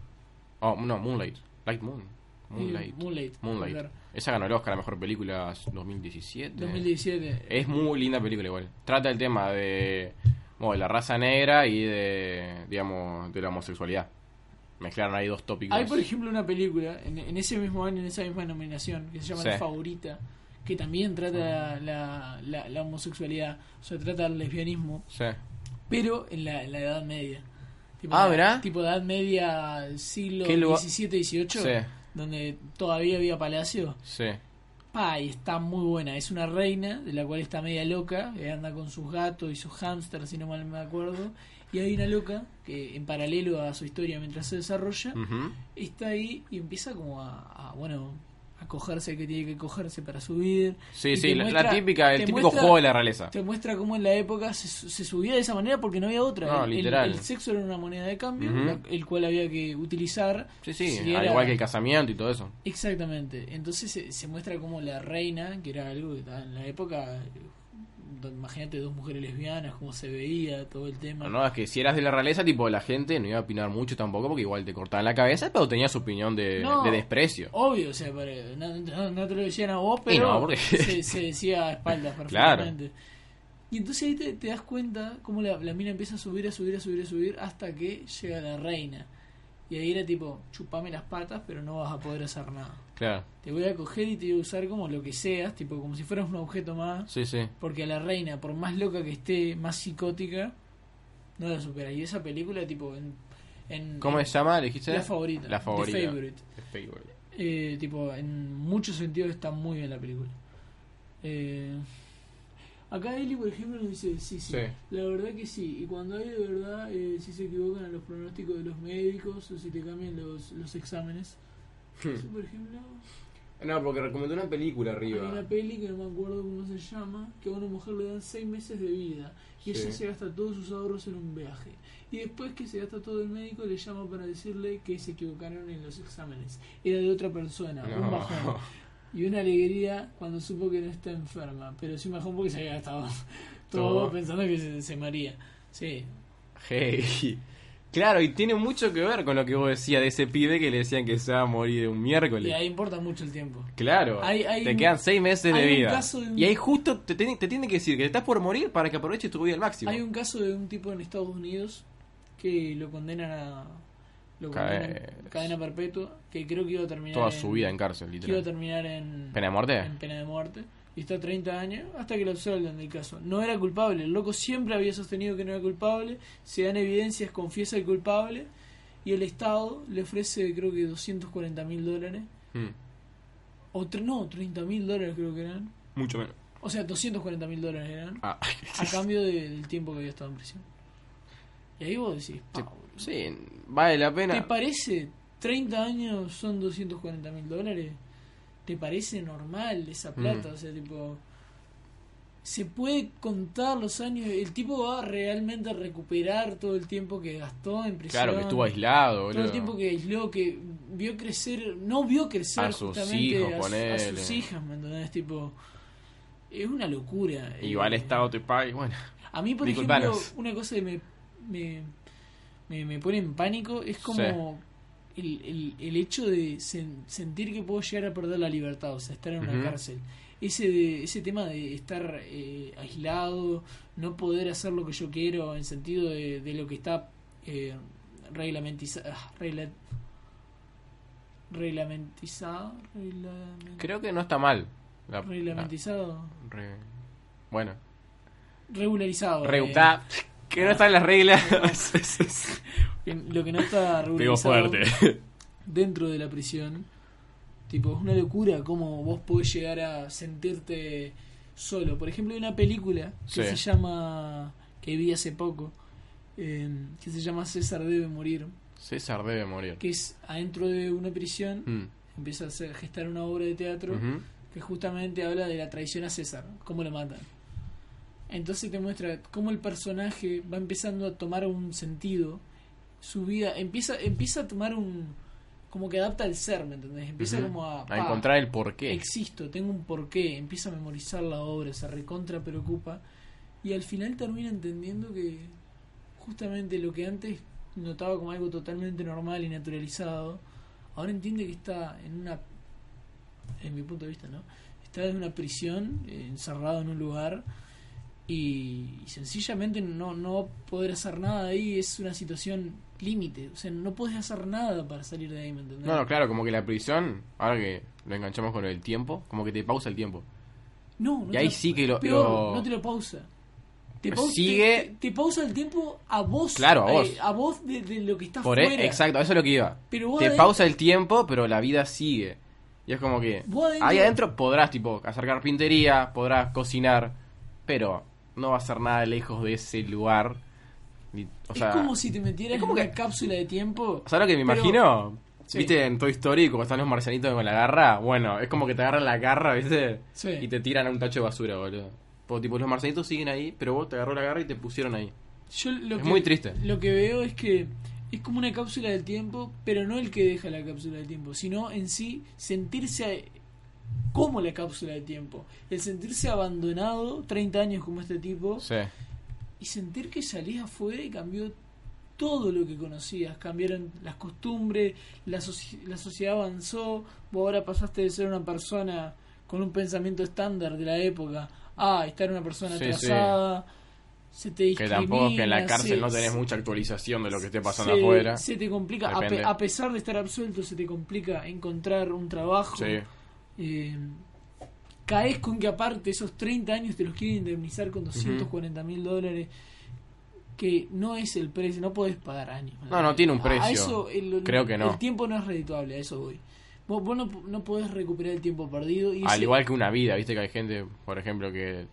S1: Oh, no, Moonlight. Light Moon.
S2: y
S1: Moonlight.
S2: Moonlight.
S1: Moonlight. Eh,
S2: claro.
S1: Esa ganó el Oscar a Mejor Película 2017.
S2: 2017.
S1: Es muy linda película igual. Trata el tema de, bueno, de la raza negra y de, digamos, de la homosexualidad. Mezclaron ahí dos tópicos.
S2: Hay, por ejemplo, una película en, en ese mismo año, en esa misma nominación, que se llama
S1: Sí.
S2: La Favorita, que también trata la, la- la homosexualidad, o sea, trata el lesbianismo,
S1: Sí.
S2: pero en la, en la Edad Media. Tipo
S1: Ah,
S2: la-
S1: ¿verdá?
S2: Tipo Edad Media, siglo
S1: ¿Qué lugar?
S2: XVII, XVIII,
S1: Sí,
S2: donde todavía había palacio.
S1: sí.
S2: Pa, y está muy buena. Es una reina de la cual está media loca. Que anda con sus gatos y sus hámsters, si no mal me acuerdo. Y hay una loca que, en paralelo a su historia mientras se desarrolla,
S1: Ujú.
S2: está ahí y empieza como a, a, bueno, a cogerse el que tiene que cogerse para subir.
S1: Sí,
S2: Y
S1: sí,
S2: te
S1: la, la
S2: muestra-
S1: típica, el
S2: te
S1: típico
S2: muestra-
S1: juego de la realeza.
S2: Te muestra cómo en la época se, su- se subía de esa manera porque no había otra.
S1: No,
S2: el, el-
S1: literal.
S2: el sexo era una moneda de cambio,
S1: Ujú.
S2: la- el cual había que utilizar.
S1: Sí, sí,
S2: si
S1: al
S2: era-
S1: igual que el casamiento y todo eso.
S2: Exactamente. Entonces se, se muestra como la reina, que era algo que estaba en la época, eh, do- imagínate dos mujeres lesbianas, cómo se veía, todo el tema.
S1: No, no, es que si eras de la realeza, tipo, la gente no iba a opinar mucho tampoco porque igual te cortaban la cabeza, pero tenías su opinión de,
S2: No.
S1: de desprecio.
S2: Obvio, o sea, para- no, no- no te lo decían a vos, pero
S1: no, porque-
S2: se, se decía a espaldas
S1: Claro.
S2: perfectamente. Y entonces ahí te, te das cuenta cómo la, la mina empieza a subir, a subir, a subir, a subir, hasta que llega la reina. Y ahí era tipo, chupame las patas, pero no vas a poder hacer nada.
S1: Claro,
S2: Te voy a coger y te voy a usar como lo que seas, tipo como si fueras un objeto más.
S1: sí, sí.
S2: Porque a la reina, por más loca que esté, más psicótica, no la supera. Y esa película, tipo, en. en-
S1: ¿Cómo
S2: en-
S1: se llama? ¿Le dijiste?
S2: La favorita.
S1: La favorita.
S2: The Favorite.
S1: The Favorite.
S2: Eh, tipo, en muchos sentidos está muy bien la película. Eh, acá Eli, por ejemplo, nos dice: sí, sí,
S1: Sí.
S2: La verdad que sí. Y cuando hay de verdad, eh, si se equivocan a los pronósticos de los médicos o si te cambian los, los exámenes.
S1: Hmm.
S2: Eso, por ejemplo.
S1: No, porque recomendó una película
S2: Hay una peli que no me acuerdo cómo se llama, que a una mujer le dan seis meses de vida y
S1: Sí.
S2: ella se gasta todos sus ahorros en un viaje. Y después que se gasta todo el médico le llama para decirle que se equivocaron en los exámenes. Era de otra persona, un bajón. Y una alegría cuando supo que no está enferma, pero sí un bajón porque se había gastado todo,
S1: Todo.
S2: pensando que se, se maría. Sí,
S1: Hey. Claro, y tiene mucho que ver con lo que vos decías de ese pibe que le decían que se va a morir un
S2: y
S1: miércoles.
S2: ahí importa mucho el tiempo.
S1: Claro,
S2: Hay- hay
S1: te
S2: un-
S1: quedan seis meses de
S2: hay un
S1: vida.
S2: caso de un-
S1: Y ahí justo te, tiene- te tiene que decir que estás por morir para que aproveches tu vida al máximo.
S2: Hay un caso de un tipo en Estados Unidos que lo condenan a lo
S1: Cae-
S2: condenan a cadena perpetua, que creo que iba a terminar
S1: Toda
S2: en-
S1: su vida en cárcel,
S2: que iba a
S1: literal.
S2: terminar en
S1: ¿Pena de muerte?
S2: en pena de muerte y está 30 años hasta que lo absuelven del caso. No era culpable, el loco siempre había sostenido que no era culpable, se dan evidencias, confiesa el culpable y el Estado le ofrece creo que 240 mil dólares
S1: Mm,
S2: o tre- no, 30 mil dólares creo que eran.
S1: Mucho menos.
S2: O sea, 240 mil dólares eran
S1: Ah.
S2: a cambio de- del tiempo que había estado en prisión. Y ahí vos decís,
S1: Te-
S2: "Pa, Ah, boludo,
S1: sí, vale la pena.
S2: ¿te parece? 30 años son 240 mil dólares. ¿Te parece normal esa plata?
S1: Mm.
S2: O sea, tipo... Se puede contar los años. El tipo va realmente a recuperar todo el tiempo que gastó en prisión.
S1: Claro, que estuvo aislado,
S2: Todo el
S1: boludo.
S2: tiempo que aisló, que vio crecer, no vio crecer
S1: A sus
S2: justamente
S1: hijos,
S2: a su- a,
S1: ponele.
S2: sus hijas, ¿me entendés? Tipo, es una locura.
S1: Igual
S2: Eh,
S1: Estado te paga y bueno.
S2: a mí, por
S1: Disculpanos.
S2: ejemplo, una cosa que me, me, me, me pone en pánico es como el, el, el hecho de sen- sentir que puedo llegar a perder la libertad, o sea, estar en una
S1: Ujú.
S2: cárcel. Ese, de- ese tema de estar eh, aislado, no poder hacer lo que yo quiero en sentido de, de lo que está eh, reglamentiza- ah, regla- reglamentizado. reglamen-
S1: Creo que no está mal. La-
S2: reglamentizado.
S1: la- re- bueno.
S2: Eh, Regularizado. eh.
S1: Reutá. Que no están las reglas.
S2: En- eh, Lo que no está
S1: Pegó
S2: regularizado
S1: fuerte.
S2: dentro de la prisión Tipo, es una locura cómo vos podés llegar a sentirte solo. Por ejemplo, hay una película que
S1: Sí.
S2: se llama. que vi hace poco. eh, que se llama César debe morir.
S1: César debe morir.
S2: Que es adentro de una prisión.
S1: Mm.
S2: Empieza a hacer- gestar una obra de teatro
S1: Ujú.
S2: que justamente habla de la traición a César, cómo lo matan. Entonces te muestra cómo el personaje va empezando a tomar un sentido, su vida empieza empieza a tomar un como que adapta al ser, ¿me entendés? Empieza
S1: Ujú.
S2: como a,
S1: A
S2: pa,
S1: encontrar el porqué.
S2: existo, tengo un porqué, empieza a memorizar la obra, se recontra preocupa y al final termina entendiendo que justamente lo que antes notaba como algo totalmente normal y naturalizado, ahora entiende que está en una en mi punto de vista, ¿no? Está en una prisión, eh, encerrado en un lugar y, y sencillamente no no va a poder hacer nada ahí, es una situación límite, o sea, no puedes hacer nada para salir de ahí, ¿me entendés?
S1: No, no, claro, como que la prisión, ahora que lo enganchamos con el tiempo, como que te pausa el tiempo.
S2: No, no
S1: Y ahí
S2: te-
S1: sí que lo-
S2: peor,
S1: lo-
S2: no te lo pausa. Te
S1: Pero
S2: pausa,
S1: sigue-
S2: te, te pausa el tiempo a vos.
S1: Claro, a vos.
S2: eh, a vos de, de lo que está
S1: Por e-
S2: fuera.
S1: exacto, eso es lo que iba.
S2: Pero vos
S1: te
S2: adentro-
S1: pausa el tiempo, pero la vida sigue. Y es como que
S2: Vos adentro-
S1: ahí adentro podrás tipo hacer carpintería, podrás cocinar, pero no va a ser nada lejos de ese lugar. Ni- O sea,
S2: es como si te metieras
S1: es como
S2: en una
S1: que-
S2: cápsula de tiempo.
S1: ¿sabes lo que me
S2: pero-
S1: imagino?
S2: Sí.
S1: ¿Viste en Toy Story como están los marcianitos con la garra? Bueno, es como que te agarran la garra, ¿viste?
S2: Sí.
S1: Y te tiran a un tacho de basura, boludo. Pues, Tipo, tipo, los marcianitos siguen ahí, pero vos te agarró la garra y te pusieron ahí.
S2: Yo lo
S1: Es
S2: que-
S1: muy triste.
S2: Lo que veo es que es como una cápsula del tiempo, pero no el que deja la cápsula del tiempo, sino en sí sentirse a- como la cápsula del tiempo. El sentirse abandonado, 30 años como este tipo,
S1: Sí.
S2: y sentir que salís afuera y cambió todo lo que conocías, cambiaron las costumbres, la, soci- la sociedad avanzó, vos ahora pasaste de ser una persona con un pensamiento estándar de la época a estar una persona
S1: Sí,
S2: atrasada, se
S1: Que
S2: te discrimina,
S1: tampoco es que en la cárcel
S2: se-
S1: no tenés mucha actualización de lo que esté pasando
S2: se-
S1: afuera.
S2: Se te complica, a, pe-
S1: Depende.
S2: a pesar de estar absuelto, se te complica encontrar un trabajo.
S1: Sí.
S2: Eh, caes con que aparte esos 30 años te los quieren indemnizar con 240 mil dólares, que no es el precio, no podés pagar años.
S1: No, no tiene un
S2: A-
S1: precio.
S2: a eso, el-
S1: Creo que no.
S2: El tiempo no es redituable, a eso voy. Vos, vos no, no podés recuperar el tiempo perdido. Y
S1: Al
S2: ese-
S1: igual que una vida, viste que hay gente, por ejemplo, que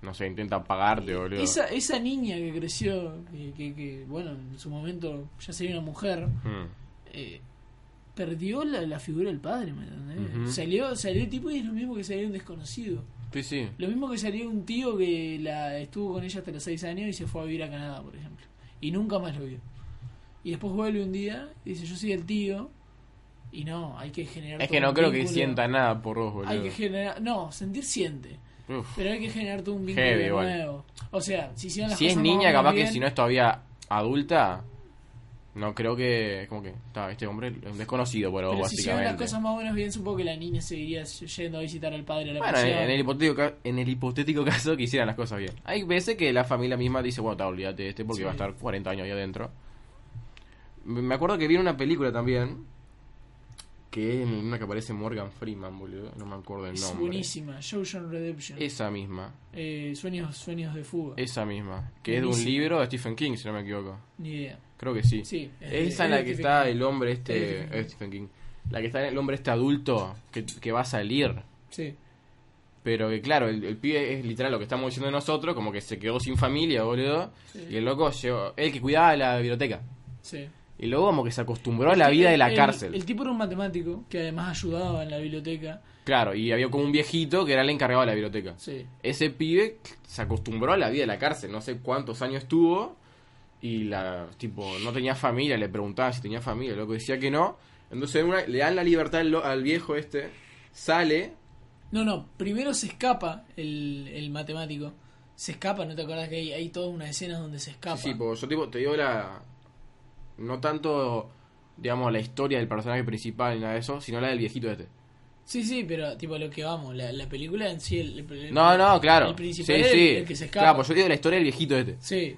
S1: no sé, intenta pagarte, boludo.
S2: esa, esa niña que creció, que, que- que, bueno, en su momento ya sería una mujer,
S1: Mm.
S2: eh, perdió la, la figura del padre, ¿me entendés?
S1: Ujú.
S2: Salió, salió el tipo y es lo mismo que salió un desconocido.
S1: Sí, sí.
S2: Lo mismo que salió un tío que la estuvo con ella hasta los 6 años y se fue a vivir a Canadá, por ejemplo. Y nunca más lo vio. Y después vuelve un día y dice, yo soy el tío. Y no, hay que generar...
S1: Es
S2: todo
S1: que no
S2: un
S1: creo que
S2: vínculo.
S1: sienta nada por vos,
S2: Hay que
S1: boludo.
S2: generar... No, sentir siente.
S1: Uf.
S2: Pero hay que generar todo un vínculo
S1: Heavy, igual.
S2: nuevo. O sea, si hicieron las
S1: Si es
S2: cosas más o
S1: niña,
S2: menos
S1: capaz que
S2: bien-
S1: si no es todavía adulta, no creo que. Como que. Está, este hombre es un desconocido por vos,
S2: Pero si hicieron las
S1: básicamente.
S2: cosas más o menos bien, supongo que la niña seguiría yendo a visitar al padre a la
S1: Bueno, en,
S2: prisión.
S1: en el hipotético, ca- en el hipotético caso que hicieran las cosas bien. Hay veces que la familia misma dice, bueno, ta, olvídate de este porque
S2: Sí.
S1: va a estar 40 años ahí adentro. Me me acuerdo que vi en una película también, que es en una que aparece Morgan Freeman, boludo, no me acuerdo el
S2: Es
S1: nombre.
S2: buenísima. Shawshank Redemption.
S1: Esa misma,
S2: Eh, sueños, sueños de fuga.
S1: esa misma, que es de un
S2: Buenísimo.
S1: libro de Stephen King, si no me equivoco.
S2: Ni idea.
S1: Creo que sí.
S2: Sí, es de-
S1: Esa en
S2: es
S1: la
S2: de
S1: que
S2: Stephen
S1: está
S2: King.
S1: el hombre
S2: Es de
S1: este,
S2: Stephen King.
S1: es Stephen King. la que está el hombre este adulto que, que va a salir.
S2: Sí.
S1: Pero que claro, el, el pibe es literal lo que estamos diciendo nosotros, como que se quedó sin familia, boludo.
S2: Sí.
S1: Y el loco llegó, el que cuidaba la biblioteca.
S2: Sí.
S1: Y luego como que se acostumbró a la vida de la
S2: El-
S1: cárcel.
S2: El tipo era un matemático que además ayudaba en la biblioteca.
S1: Claro, y había como un viejito que era el encargado de la biblioteca.
S2: Sí.
S1: Ese pibe se acostumbró a la vida de la cárcel, no sé cuántos años tuvo. Y la, tipo, no tenía familia, le preguntaba si tenía familia, el loco decía que no. Entonces en una- le dan la libertad al, lo- al viejo este, sale,
S2: No, no, primero se escapa el, el matemático. Se escapa, ¿no te acuerdas que hay, hay todas unas escenas donde se escapa?
S1: Sí, sí, porque yo tipo, te digo la. No tanto, digamos, la historia del personaje principal ni nada de eso, sino la del viejito este.
S2: Sí, sí, pero tipo lo que vamos, la, la película en sí. El, el-
S1: No, no, claro.
S2: El principal
S1: sí,
S2: es el-
S1: sí.
S2: el que se escapa.
S1: Claro, pues yo te digo la historia del viejito este.
S2: Sí,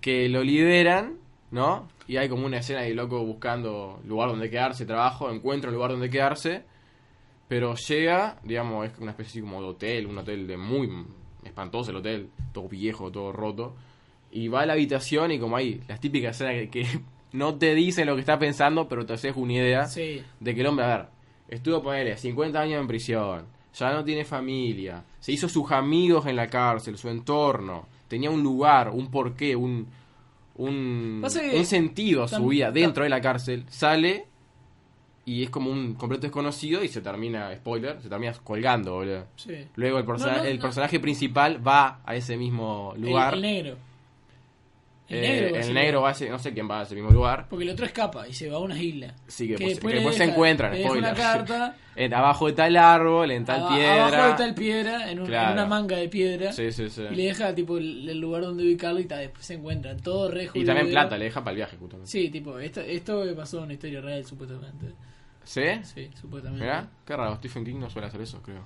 S1: Que lo liberan, ¿no? Y hay como una escena de loco buscando lugar donde quedarse, trabajo, encuentra un lugar donde quedarse. Pero llega, digamos, es una especie así como de hotel, un hotel de muy espantoso el hotel, todo viejo, todo roto. Y va a la habitación y como hay las típicas escenas que, que no te dicen lo que está pensando, pero te haces una idea
S2: sí.
S1: de que el hombre, a ver, Estuvo, ponele, 50 años en prisión. Ya no tiene familia. Se hizo sus amigos en la cárcel, su entorno. Tenía un lugar, un porqué, un, un,
S2: Pasa que
S1: un sentido a su
S2: tam-
S1: vida
S2: tam-
S1: dentro de la cárcel. Sale y es como un completo desconocido y se termina, spoiler, se termina colgando, boludo.
S2: Sí.
S1: Luego el, persona-
S2: No, no,
S1: el
S2: no.
S1: personaje principal va a ese mismo lugar.
S2: El, el negro. El
S1: Eh,
S2: negro. va a ser-
S1: va a ese, no sé quién va a ese mismo lugar.
S2: Porque el otro escapa y se va a unas islas.
S1: Sí, que, después-
S2: después
S1: que
S2: le
S1: después
S2: deja-
S1: se encuentran,
S2: le deja
S1: spoiler.
S2: una carta.
S1: En- abajo de tal árbol, en tal
S2: aba-
S1: piedra.
S2: Abajo de tal piedra, en, un- en
S1: Claro.
S2: una manga de piedra.
S1: Sí, sí, sí.
S2: Y le deja tipo el, el lugar donde ubicarlo y ta, después se encuentran. Todo re
S1: Y
S2: jodido.
S1: también plata, le deja para el viaje, justamente.
S2: Sí, tipo, esto, esto pasó en una historia real, supuestamente.
S1: ¿Sí?
S2: Sí, supuestamente.
S1: Mirá, qué raro, Stephen King no suele hacer eso, creo.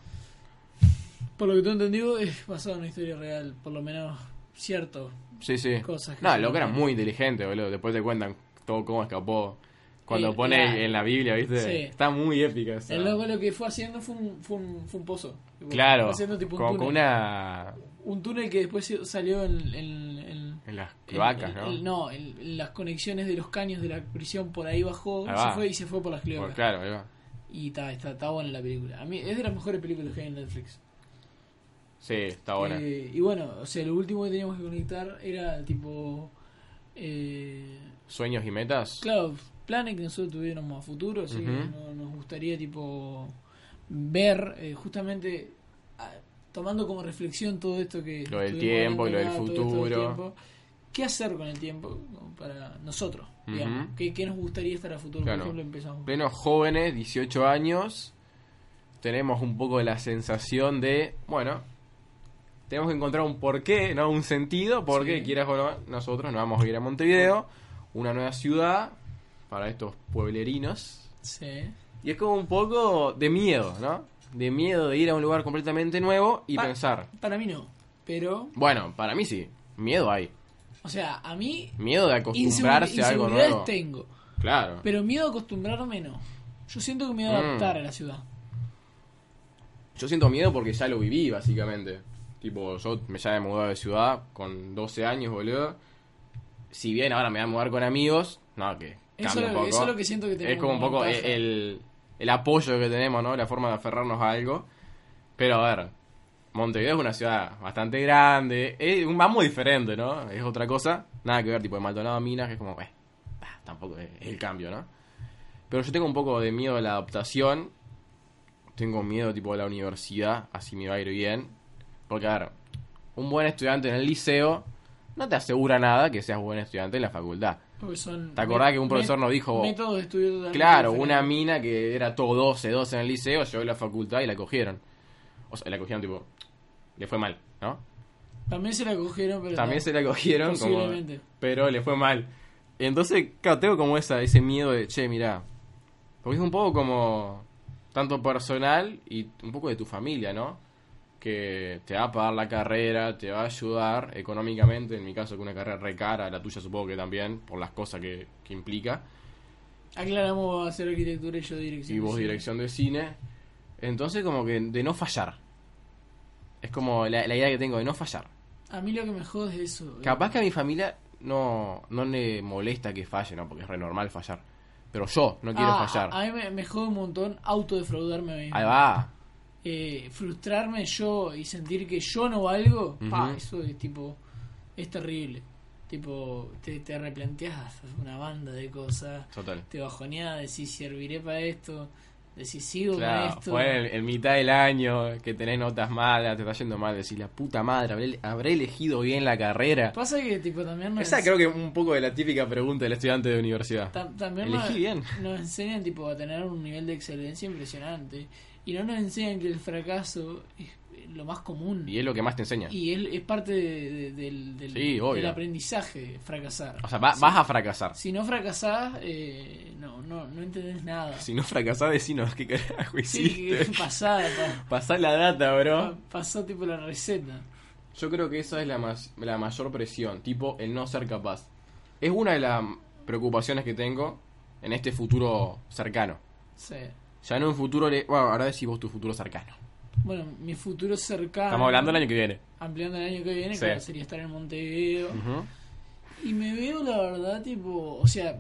S2: Por lo que tú entendido, es basado en una historia real, por lo menos cierto.
S1: Sí, sí.
S2: Cosas que
S1: no,
S2: se
S1: el loco era
S2: cuentan.
S1: muy inteligente, boludo. Después te cuentan todo cómo escapó. Cuando
S2: Eh,
S1: pone
S2: la-
S1: en la Biblia, ¿viste?
S2: Sí.
S1: Está muy épica esa.
S2: El loco lo que fue haciendo fue un, fue un, fue un pozo. Tipo,
S1: Claro,
S2: fue haciendo tipo un
S1: con, con
S2: túnel.
S1: una...
S2: Un túnel que después se- salió en, en- en-
S1: En las cloacas,
S2: en-
S1: ¿no?
S2: en- no, en, en las conexiones de los caños de la prisión por ahí bajó
S1: Ahí
S2: se
S1: va.
S2: fue y se fue por las
S1: Bueno,
S2: cloacas.
S1: Pues claro, ahí va.
S2: Y está, está, está buena la película. A mí es de las mejores películas que hay en Netflix.
S1: Sí, está buena.
S2: Eh, y bueno, o sea, lo último que teníamos que conectar era tipo. eh,
S1: Sueños y metas.
S2: claro, planes que nosotros tuviéramos a futuro, así que
S1: Ujú.
S2: no- nos gustaría tipo ver eh, justamente a- tomando como reflexión todo esto que.
S1: Lo del
S2: estuvimos
S1: tiempo,
S2: hablando
S1: lo del
S2: acá, todo esto
S1: futuro.
S2: tiempo. ¿Qué hacer con el tiempo como para nosotros?
S1: Ujú.
S2: digamos? ¿Qué, qué nos gustaría estar a futuro?
S1: Claro.
S2: Por ejemplo, empezamos.
S1: plenos jóvenes, 18 años, tenemos un poco la sensación de, bueno, tenemos que encontrar un porqué, no un sentido, porque
S2: Sí.
S1: quieras o no, nosotros nos vamos a ir a Montevideo, una nueva ciudad para estos pueblerinos.
S2: Sí.
S1: Y es como un poco de miedo, ¿no? De miedo de ir a un lugar completamente nuevo y
S2: Pa-
S1: pensar,
S2: Para mí no, pero.
S1: bueno, para mí sí, miedo hay,
S2: O sea, a mí.
S1: miedo de acostumbrarse
S2: insegu-
S1: a algo
S2: inseguridades
S1: nuevo.
S2: tengo.
S1: Claro.
S2: Pero miedo a acostumbrarme no. Yo siento que me voy a
S1: Mm.
S2: adaptar a la ciudad.
S1: Yo siento miedo porque ya lo viví, básicamente. Tipo, yo me ya he mudado de ciudad con 12 años, boludo. Si bien ahora me voy a mudar con amigos, no, que
S2: Eso,
S1: cambia un
S2: lo-
S1: poco.
S2: eso es lo que siento que tenemos.
S1: es como un poco
S2: ventaja.
S1: el, el apoyo que tenemos, ¿no? La forma de aferrarnos a algo. Pero a ver, Montevideo es una ciudad bastante grande. Es un mambo diferente, ¿no? Es otra cosa. Nada que ver, tipo de Maldonado a Minas, que es como, eh, bah, tampoco es es el cambio, ¿no? Pero yo tengo un poco de miedo a la adaptación. Tengo miedo, tipo, a la universidad, así me va a ir bien. Porque, a ver, un buen estudiante en el liceo no te asegura nada que seas buen estudiante en la facultad.
S2: Porque son
S1: ¿Te acordás
S2: met-
S1: que un profesor
S2: met-
S1: nos dijo,
S2: Métodos de estudio totalmente
S1: Claro,
S2: diferentes?
S1: una mina que era todo 12, 12 en el liceo, llegó a la facultad y la cogieron. O sea, la cogieron tipo. Le fue mal, ¿no?
S2: También se la cogieron, pero.
S1: También
S2: no.
S1: se la cogieron, como,
S2: Posiblemente.
S1: pero le fue mal. Entonces, claro, tengo como esa, ese miedo de, che, mirá. Porque es un poco como. Tanto personal y un poco de tu familia, ¿no? Que te va a pagar la carrera, te va a ayudar económicamente. En mi caso, que una carrera re cara, la tuya supongo que también, por las cosas que, que implica.
S2: Aclaramos, va a hacer arquitectura y yo dirección.
S1: y vos
S2: Sí.
S1: dirección de cine. Entonces, como que de no fallar. Es como la, la idea que tengo de no fallar.
S2: A mí lo que me jode es eso.
S1: Capaz que a mi familia no, no le molesta que falle, ¿no? Porque es re normal fallar. Pero yo no quiero
S2: Ah,
S1: fallar.
S2: A, a mí me, me jode un montón autodefraudarme a mí mismo.
S1: Ahí va.
S2: eh, frustrarme yo y sentir que yo no valgo, pa,
S1: Ujú.
S2: eso es tipo, es terrible. Tipo, te, te replanteas una banda de cosas,
S1: Total.
S2: te bajoneás, decís serviré para esto, decís sigo para
S1: Claro,
S2: esto.
S1: fue en, en mitad del año que tenés notas malas, te está yendo mal. Decís, la puta madre, habré, habré elegido bien la carrera.
S2: Pasa que tipo también nos,
S1: Esa creo que es un poco de la típica pregunta del estudiante de universidad.
S2: ta- también nos,
S1: Elegí bien.
S2: nos enseñan tipo a tener un nivel de excelencia impresionante y no nos enseñan que el fracaso es eh, lo más común.
S1: Y es lo que más te enseña.
S2: Y es, es parte de- de- del, del-
S1: Sí, obvio.
S2: del aprendizaje, fracasar.
S1: O sea, va-
S2: Sí.
S1: vas a fracasar.
S2: Si no fracasás, eh, no, no, no entendés nada.
S1: Si no fracasás, decinos qué carajo
S2: Sí,
S1: hiciste.
S2: que pasada, pa-
S1: Pasá la data,
S2: pa-
S1: bro.
S2: pasó tipo la receta.
S1: Yo creo que esa es la, mas- la mayor presión, tipo el no ser capaz. Es una de las preocupaciones que tengo en este futuro cercano.
S2: Sí.
S1: Ya no un futuro... le- bueno, ahora decís vos tu futuro cercano.
S2: Bueno, mi futuro cercano.
S1: Estamos hablando del año que viene.
S2: Ampliando el año que viene,
S1: Sí.
S2: claro, sería estar en Montevideo. Y me veo, la verdad, tipo. O sea,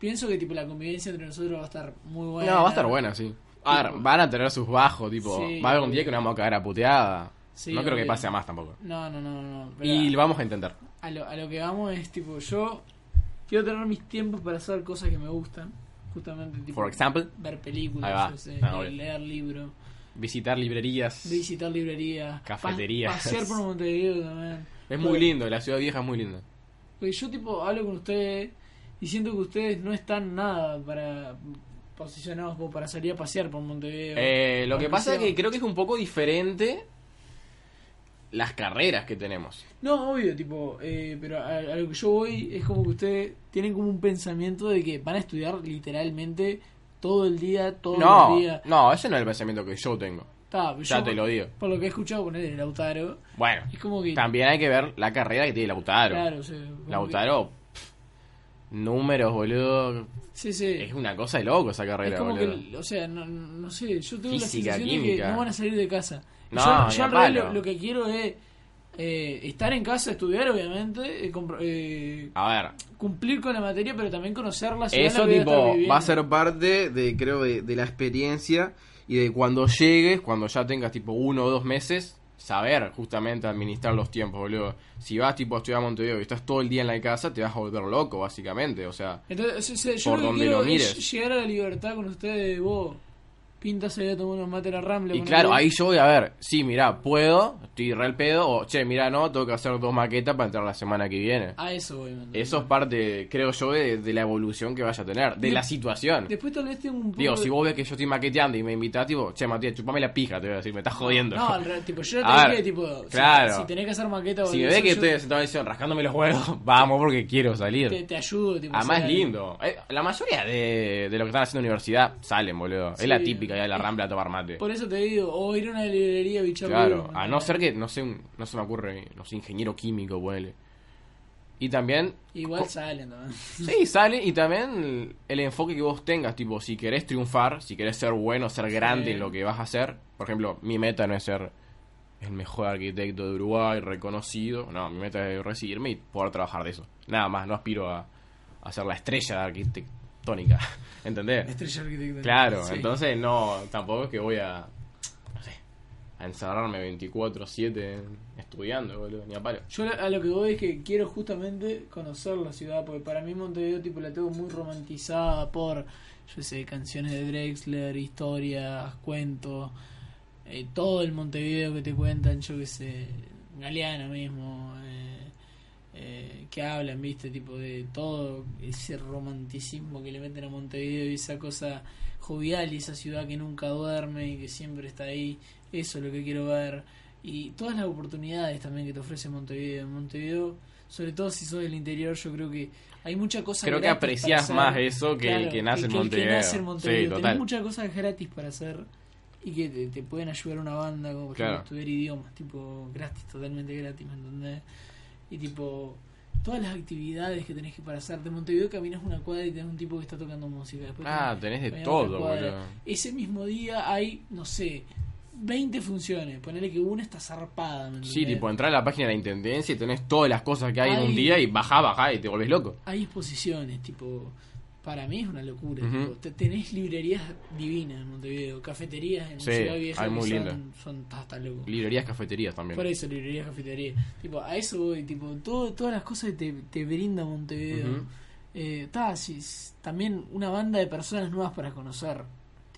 S2: pienso que tipo la convivencia entre nosotros va a estar muy buena.
S1: No, va a estar buena, sí. A ver, van a tener sus bajos, tipo.
S2: Sí.
S1: va a haber un día que nos vamos a cagar a puteada.
S2: Sí,
S1: no creo que
S2: obvio.
S1: pase a más tampoco.
S2: No, no, no, no. no, pero
S1: Y lo vamos a intentar.
S2: a, lo, a lo que vamos es tipo, yo quiero tener mis tiempos para hacer cosas que me gustan. Justamente, tipo,
S1: Por example,
S2: ver
S1: Ahí va.
S2: películas, yo sé,
S1: Ah, obvio.
S2: leer libros,
S1: visitar librerías.
S2: visitar librerías, pas-
S1: Cafeterías.
S2: pasear por Montevideo también.
S1: Es
S2: Porque-
S1: muy lindo, la ciudad vieja es muy linda.
S2: Porque yo tipo hablo con ustedes y siento que ustedes no están nada para posicionados como para salir a pasear por Montevideo.
S1: Eh, lo que
S2: Aunque
S1: pasa es
S2: sea-
S1: que creo que es un poco diferente las carreras que tenemos.
S2: No, obvio, tipo, eh, pero a, a lo que yo voy es como que ustedes tienen como un pensamiento de que van a estudiar literalmente todo el día, todos
S1: No,
S2: los días.
S1: no, ese no es el pensamiento que yo tengo.
S2: Ta, pero
S1: Ya
S2: yo
S1: te
S2: por-
S1: lo digo.
S2: Por lo que he escuchado poner el Lautaro,
S1: Bueno,
S2: es como que...
S1: también hay que ver la carrera que tiene Lautaro.
S2: Claro, o sea, como que-
S1: Lautaro, pff, números, boludo.
S2: Sí, sí.
S1: Es una cosa de loco esa
S2: Es
S1: carrera,
S2: como
S1: boludo.
S2: que, o sea, no, no sé, yo tengo
S1: Física,
S2: la sensación de
S1: química.
S2: que no van a salir de casa.
S1: No,
S2: yo
S1: ni
S2: yo
S1: a
S2: al revés,
S1: palo.
S2: lo, lo que quiero es eh, estar en casa, estudiar, obviamente, eh, compro- eh,
S1: A ver,
S2: cumplir con la materia, pero también conocer la ciudad. en la
S1: eso
S2: que voy a estar
S1: tipo
S2: viviendo.
S1: va a ser parte de, creo, de, de la experiencia y de cuando llegues, cuando ya tengas tipo uno o dos meses, saber justamente administrar los tiempos, boludo. Si vas tipo a estudiar a Montevideo y estás todo el día en la casa, te vas a volver loco, básicamente. O sea,
S2: Entonces, o sea, yo
S1: por
S2: lo que
S1: donde
S2: quiero
S1: lo mires.
S2: es llegar a la libertad con ustedes, vos. Pinta salir a tomar unos mates a la Rambla.
S1: y
S2: con
S1: claro,
S2: el-
S1: ahí yo voy a ver, sí, mirá, puedo, estoy re al pedo, o che, mirá, no, tengo que hacer dos maquetas para entrar la semana que viene.
S2: A eso voy, man.
S1: Eso es parte, creo yo, de, de la evolución que vaya a tener, de
S2: De-
S1: la situación.
S2: Después tal vez tengo un poco...
S1: Digo, si
S2: de-
S1: vos ves que yo estoy maqueteando y me invitás, tipo, che, Matías, chupame la pija, te voy a decir, me estás jodiendo.
S2: No, al revés, tipo, yo
S1: A
S2: ya te
S1: ver,
S2: dije, tipo, si-
S1: claro.
S2: si, tenés que hacer maqueta...
S1: Si me
S2: boludo,
S1: ve que
S2: yo
S1: estoy sentado en el sillón rascándome los huevos, vamos porque quiero
S2: Te,
S1: salir.
S2: te ayudo, tipo...
S1: Además es
S2: o sea,
S1: lindo. Eh, La mayoría de, de lo que están haciendo en la universidad salen, boludo.
S2: Sí.
S1: Es la típica ya de la rambla a tomar mate.
S2: Por eso te digo, o ir a una librería bichar
S1: Claro,
S2: libros,
S1: a
S2: ¿entendés?
S1: no ser que, no sé, un- no se me ocurre, no sé, ingeniero químico, ponele. Y también,
S2: Igual salen, ¿no?
S1: sí, sale, y también el enfoque que vos tengas, tipo, si querés triunfar, si querés ser bueno, ser grande en lo que vas a hacer. Por ejemplo, mi meta no es ser el mejor arquitecto de Uruguay, reconocido. No, mi meta es recibirme y poder trabajar de eso. Nada más, no aspiro a, a ser la estrella arquitectónica, ¿entendés?
S2: Estrella arquitecta.
S1: Claro,
S2: Sí.
S1: entonces no, tampoco es que voy a, no sé, a encerrarme 24/7 estudiando, boludo, ni a palo.
S2: Yo a lo que voy es que quiero justamente conocer la ciudad, porque para mí Montevideo tipo la tengo muy romantizada por, yo sé, canciones de Drexler, historias, cuentos, eh, todo el Montevideo que te cuentan, yo que sé, Galeano mismo, eh, eh, que hablan, viste, tipo de todo ese romanticismo que le meten a Montevideo y esa cosa jovial y esa ciudad que nunca duerme y que siempre está ahí, eso es lo que quiero ver. Y todas las oportunidades también que te ofrece Montevideo. En Montevideo, sobre todo si sos del interior, yo creo que hay muchas cosas
S1: Creo que
S2: gratis para
S1: apreciás
S2: hacer.
S1: más eso que el que nace en
S2: el que
S1: Montevideo.
S2: nace en
S1: Sí,
S2: Montevideo. Tenés
S1: total.
S2: muchas cosas gratis para hacer y que te, te pueden ayudar una banda, como por
S1: Claro.
S2: ejemplo estudiar idiomas, tipo gratis, totalmente gratis, ¿me entendés? Y tipo, todas las actividades que tenés que para hacer. De Montevideo caminas una cuadra y tenés un tipo que está tocando música. Después
S1: Ah,
S2: caminás-
S1: tenés de
S2: caminás otra
S1: todo,
S2: cuadra.
S1: boludo.
S2: Ese mismo día hay, no sé, 20 funciones. Ponele que una está zarpada, ¿me
S1: Sí,
S2: entendés?
S1: tipo, entrar a la página de la intendencia y tenés todas las cosas que hay en
S2: Eh. Ay.
S1: un día y bajá, bajá y te volvés loco.
S2: hay exposiciones, tipo, para mí es una locura.
S1: Ujú.
S2: tipo, te- tenés librerías divinas en Montevideo, cafeterías en
S1: Sí,
S2: Ciudad Vieja
S1: hay
S2: que
S1: muy
S2: son,
S1: lindas.
S2: son hasta loco.
S1: Librerías, cafeterías también.
S2: Por eso, librerías, cafeterías. Tipo, a eso voy, tipo, todo, todas las cosas que te, te brinda Montevideo.
S1: Ujú.
S2: Eh, ta, si- s- también una banda de personas nuevas para conocer.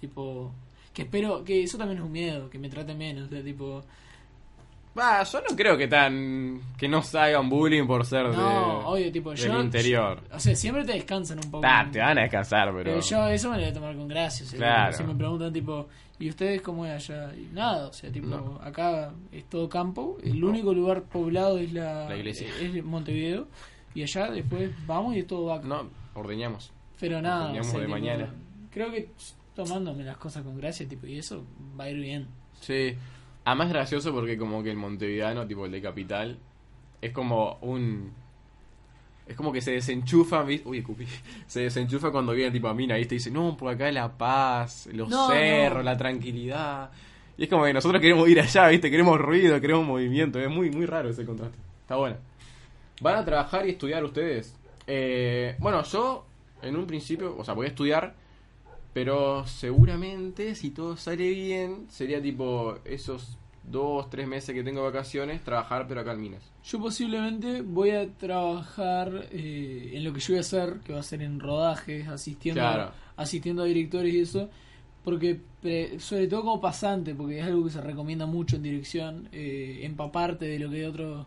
S2: Tipo, que espero, que eso también es un miedo, que me traten menos. O sea, tipo,
S1: Bah, yo no creo que tan... que no salgan bullying por ser de-
S2: no, obvio, tipo,
S1: del
S2: yo.
S1: interior.
S2: O sea, siempre te descansan un poco.
S1: Ah, te van a descansar, pero...
S2: Pero yo eso me lo voy a tomar con gracia. o sea,
S1: Claro.
S2: Si me preguntan, tipo, ¿y ustedes cómo es allá? Y nada, o sea, tipo,
S1: No.
S2: acá es todo campo. El único lugar poblado es la, eh,
S1: La iglesia.
S2: es Montevideo. Y allá después vamos y es todo vaca.
S1: No, ordeñamos.
S2: Pero nada, o
S1: teníamos
S2: sea,
S1: de
S2: tipo,
S1: mañana.
S2: creo que tomándome las cosas con gracia, tipo, y eso va a ir bien.
S1: Sí. Además es gracioso porque como que el montevideano, tipo el de capital, es como un... Es como que se desenchufa, ¿viste? Uy, escupí. Se desenchufa cuando viene tipo a mina, ¿viste? Y dice, no, por acá la paz, los
S2: No,
S1: cerros,
S2: no.
S1: la tranquilidad. Y es como que nosotros queremos ir allá, ¿viste? Queremos ruido, queremos movimiento. Es muy, muy raro ese contraste. Está bueno. ¿Van a trabajar y estudiar ustedes? Eh, bueno, yo en un principio, o sea, voy a estudiar, Pero seguramente, si todo sale bien, sería tipo esos dos, tres meses que tengo vacaciones, trabajar pero acá en Minas.
S2: Yo posiblemente voy a trabajar eh, en lo que yo voy a hacer, que va a ser en rodajes, asistiendo,
S1: Claro.
S2: asistiendo a directores y eso, porque pre- sobre todo como pasante, porque es algo que se recomienda mucho en dirección, eh, empaparte de lo que otro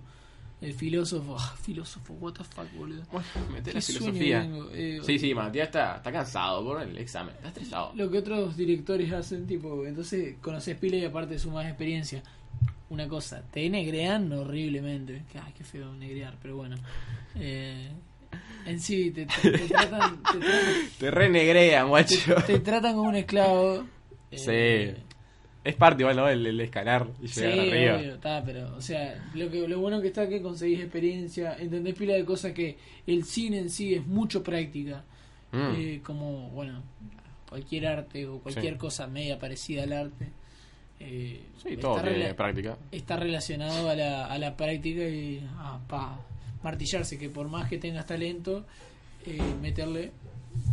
S2: eh, filósofo, ah, filósofo, what the fuck, boludo.
S1: Bueno, meter
S2: Qué
S1: la
S2: sueño
S1: filosofía.
S2: tengo, eh,
S1: Sí, sí, Matías está, está cansado por el examen, está estresado.
S2: Lo que otros directores hacen, tipo, entonces conoces pila y aparte sumás experiencia. Una cosa, te negrean horriblemente. Ay, qué feo negrear, pero bueno. Eh, en sí, te, te- te tratan, te, tratan-
S1: Te renegrean, guacho.
S2: te- te tratan como un esclavo. Eh,
S1: Sí. Es parte igual, ¿no? El, el escalar y
S2: Sí,
S1: llegar arriba.
S2: obvio, está, pero, o sea, lo, que, lo bueno que está es que conseguís experiencia, entendés pila de cosas que el cine en sí es mucho práctica.
S1: Mm.
S2: Eh, como, bueno, cualquier arte o cualquier
S1: Sí.
S2: cosa media parecida al arte. eh,
S1: Sí, todo
S2: está,
S1: tiene
S2: rela-
S1: práctica.
S2: está relacionado a la, a la práctica y a pa, martillarse, que por más que tengas talento, eh, meterle,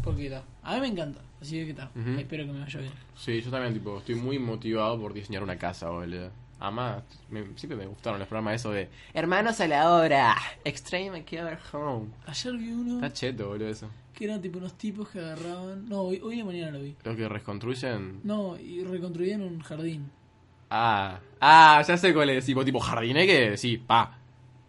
S2: porque está. A mí me encanta, así que está.
S1: Ujú.
S2: Espero que me vaya bien.
S1: Sí, yo también, tipo, estoy muy motivado por diseñar una casa, boludo. Además, me- siempre me gustaron los programas esos de Hermanos a la obra, Extreme Killer Home.
S2: Ayer vi uno
S1: Está cheto, boludo, eso.
S2: que eran tipo unos tipos que agarraban. No, hoy, hoy de mañana lo vi.
S1: Los que reconstruyen.
S2: No, y reconstruían un jardín.
S1: Ah, ah, ya sé cuál es. Tipo, tipo jardine que sí, pa.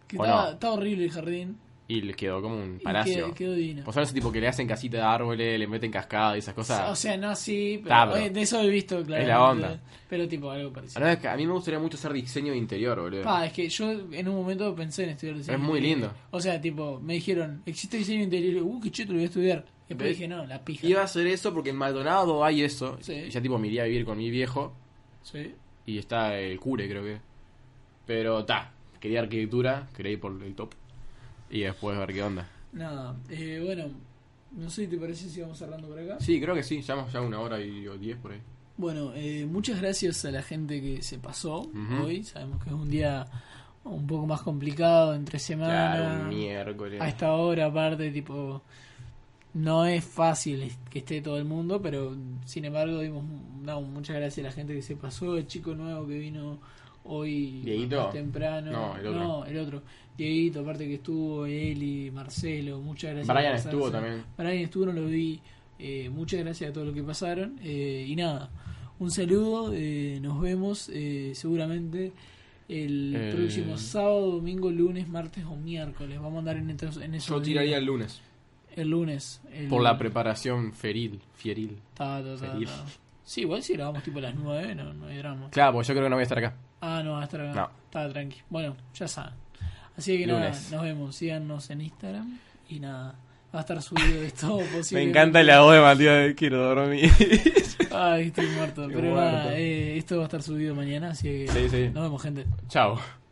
S2: Que
S1: ¿O
S2: estaba,
S1: no?
S2: estaba horrible el jardín.
S1: Y les quedó como un
S2: y
S1: palacio.
S2: quedó- quedó divino.
S1: O sea, ese tipo que le hacen casita de árboles, le meten cascada y esas cosas.
S2: Ah, o sea, no, sí, pero,
S1: Está, pero-
S2: oye, de eso he visto, claro.
S1: onda.
S2: Pero tipo algo parecido.
S1: La verdad es que a mí me gustaría mucho hacer diseño de interior, boludo.
S2: Pa, es que yo en un momento pensé en estudiar diseño.
S1: Es muy
S2: interior.
S1: lindo.
S2: O sea, tipo, me dijeron, existe diseño interior. Uh, qué cheto, lo voy a estudiar. Después
S1: ¿Ves?
S2: dije, no, la pija.
S1: Iba a hacer eso porque en Maldonado hay eso.
S2: Sí.
S1: Y ya tipo me iría a vivir con mi viejo.
S2: Sí.
S1: Y está el cure, creo que. Pero ta, quería arquitectura, quería ir por el top. Y después ver qué onda.
S2: Nada, eh, bueno, no sé si te parece si vamos cerrando por acá.
S1: Sí, creo que sí, ya, ya una hora y o diez por ahí.
S2: Bueno, eh, muchas gracias a la gente que se pasó
S1: Ujú.
S2: hoy. Sabemos que es un día un poco más complicado entre semana.
S1: Claro, un miércoles.
S2: a esta hora aparte tipo no es fácil que esté todo el mundo pero sin embargo dimos damos muchas gracias a la gente que se pasó el chico nuevo que vino hoy
S1: ¿Dieguito?
S2: más temprano
S1: No, el otro.
S2: el otro. Dieguito aparte que estuvo Eli Marcelo muchas gracias por
S1: Brian
S2: pasarse.
S1: estuvo también.
S2: Brian estuvo no lo vi Eh, muchas gracias a todos los que pasaron Eh, y nada un saludo eh, nos vemos eh, seguramente el
S1: Eh,
S2: próximo sábado, domingo, lunes, martes o miércoles. Vamos a andar en, estos- en esos
S1: Yo tiraría
S2: días.
S1: el lunes.
S2: el lunes. el-
S1: Por la preparación feril, fieril.
S2: Ta, ta, ta,
S1: Feliz.
S2: ta. Sí, igual si grabamos tipo a las 9, no, no hay drama.
S1: Claro, porque yo creo que no voy a estar acá.
S2: Ah, no, hasta acá.
S1: No.
S2: Está tranqui. Bueno, ya saben. Así que nada,
S1: Lunes.
S2: nos vemos. Síganos en Instagram y nada. Va a estar subido de todo posible.
S1: voz de Matías, quiero dormir.
S2: Ay, estoy muerto.
S1: Estoy
S2: Pero
S1: muerto.
S2: nada, eh, esto va a estar subido mañana, así que
S1: Sí, sí.
S2: nos vemos, gente.
S1: Chao.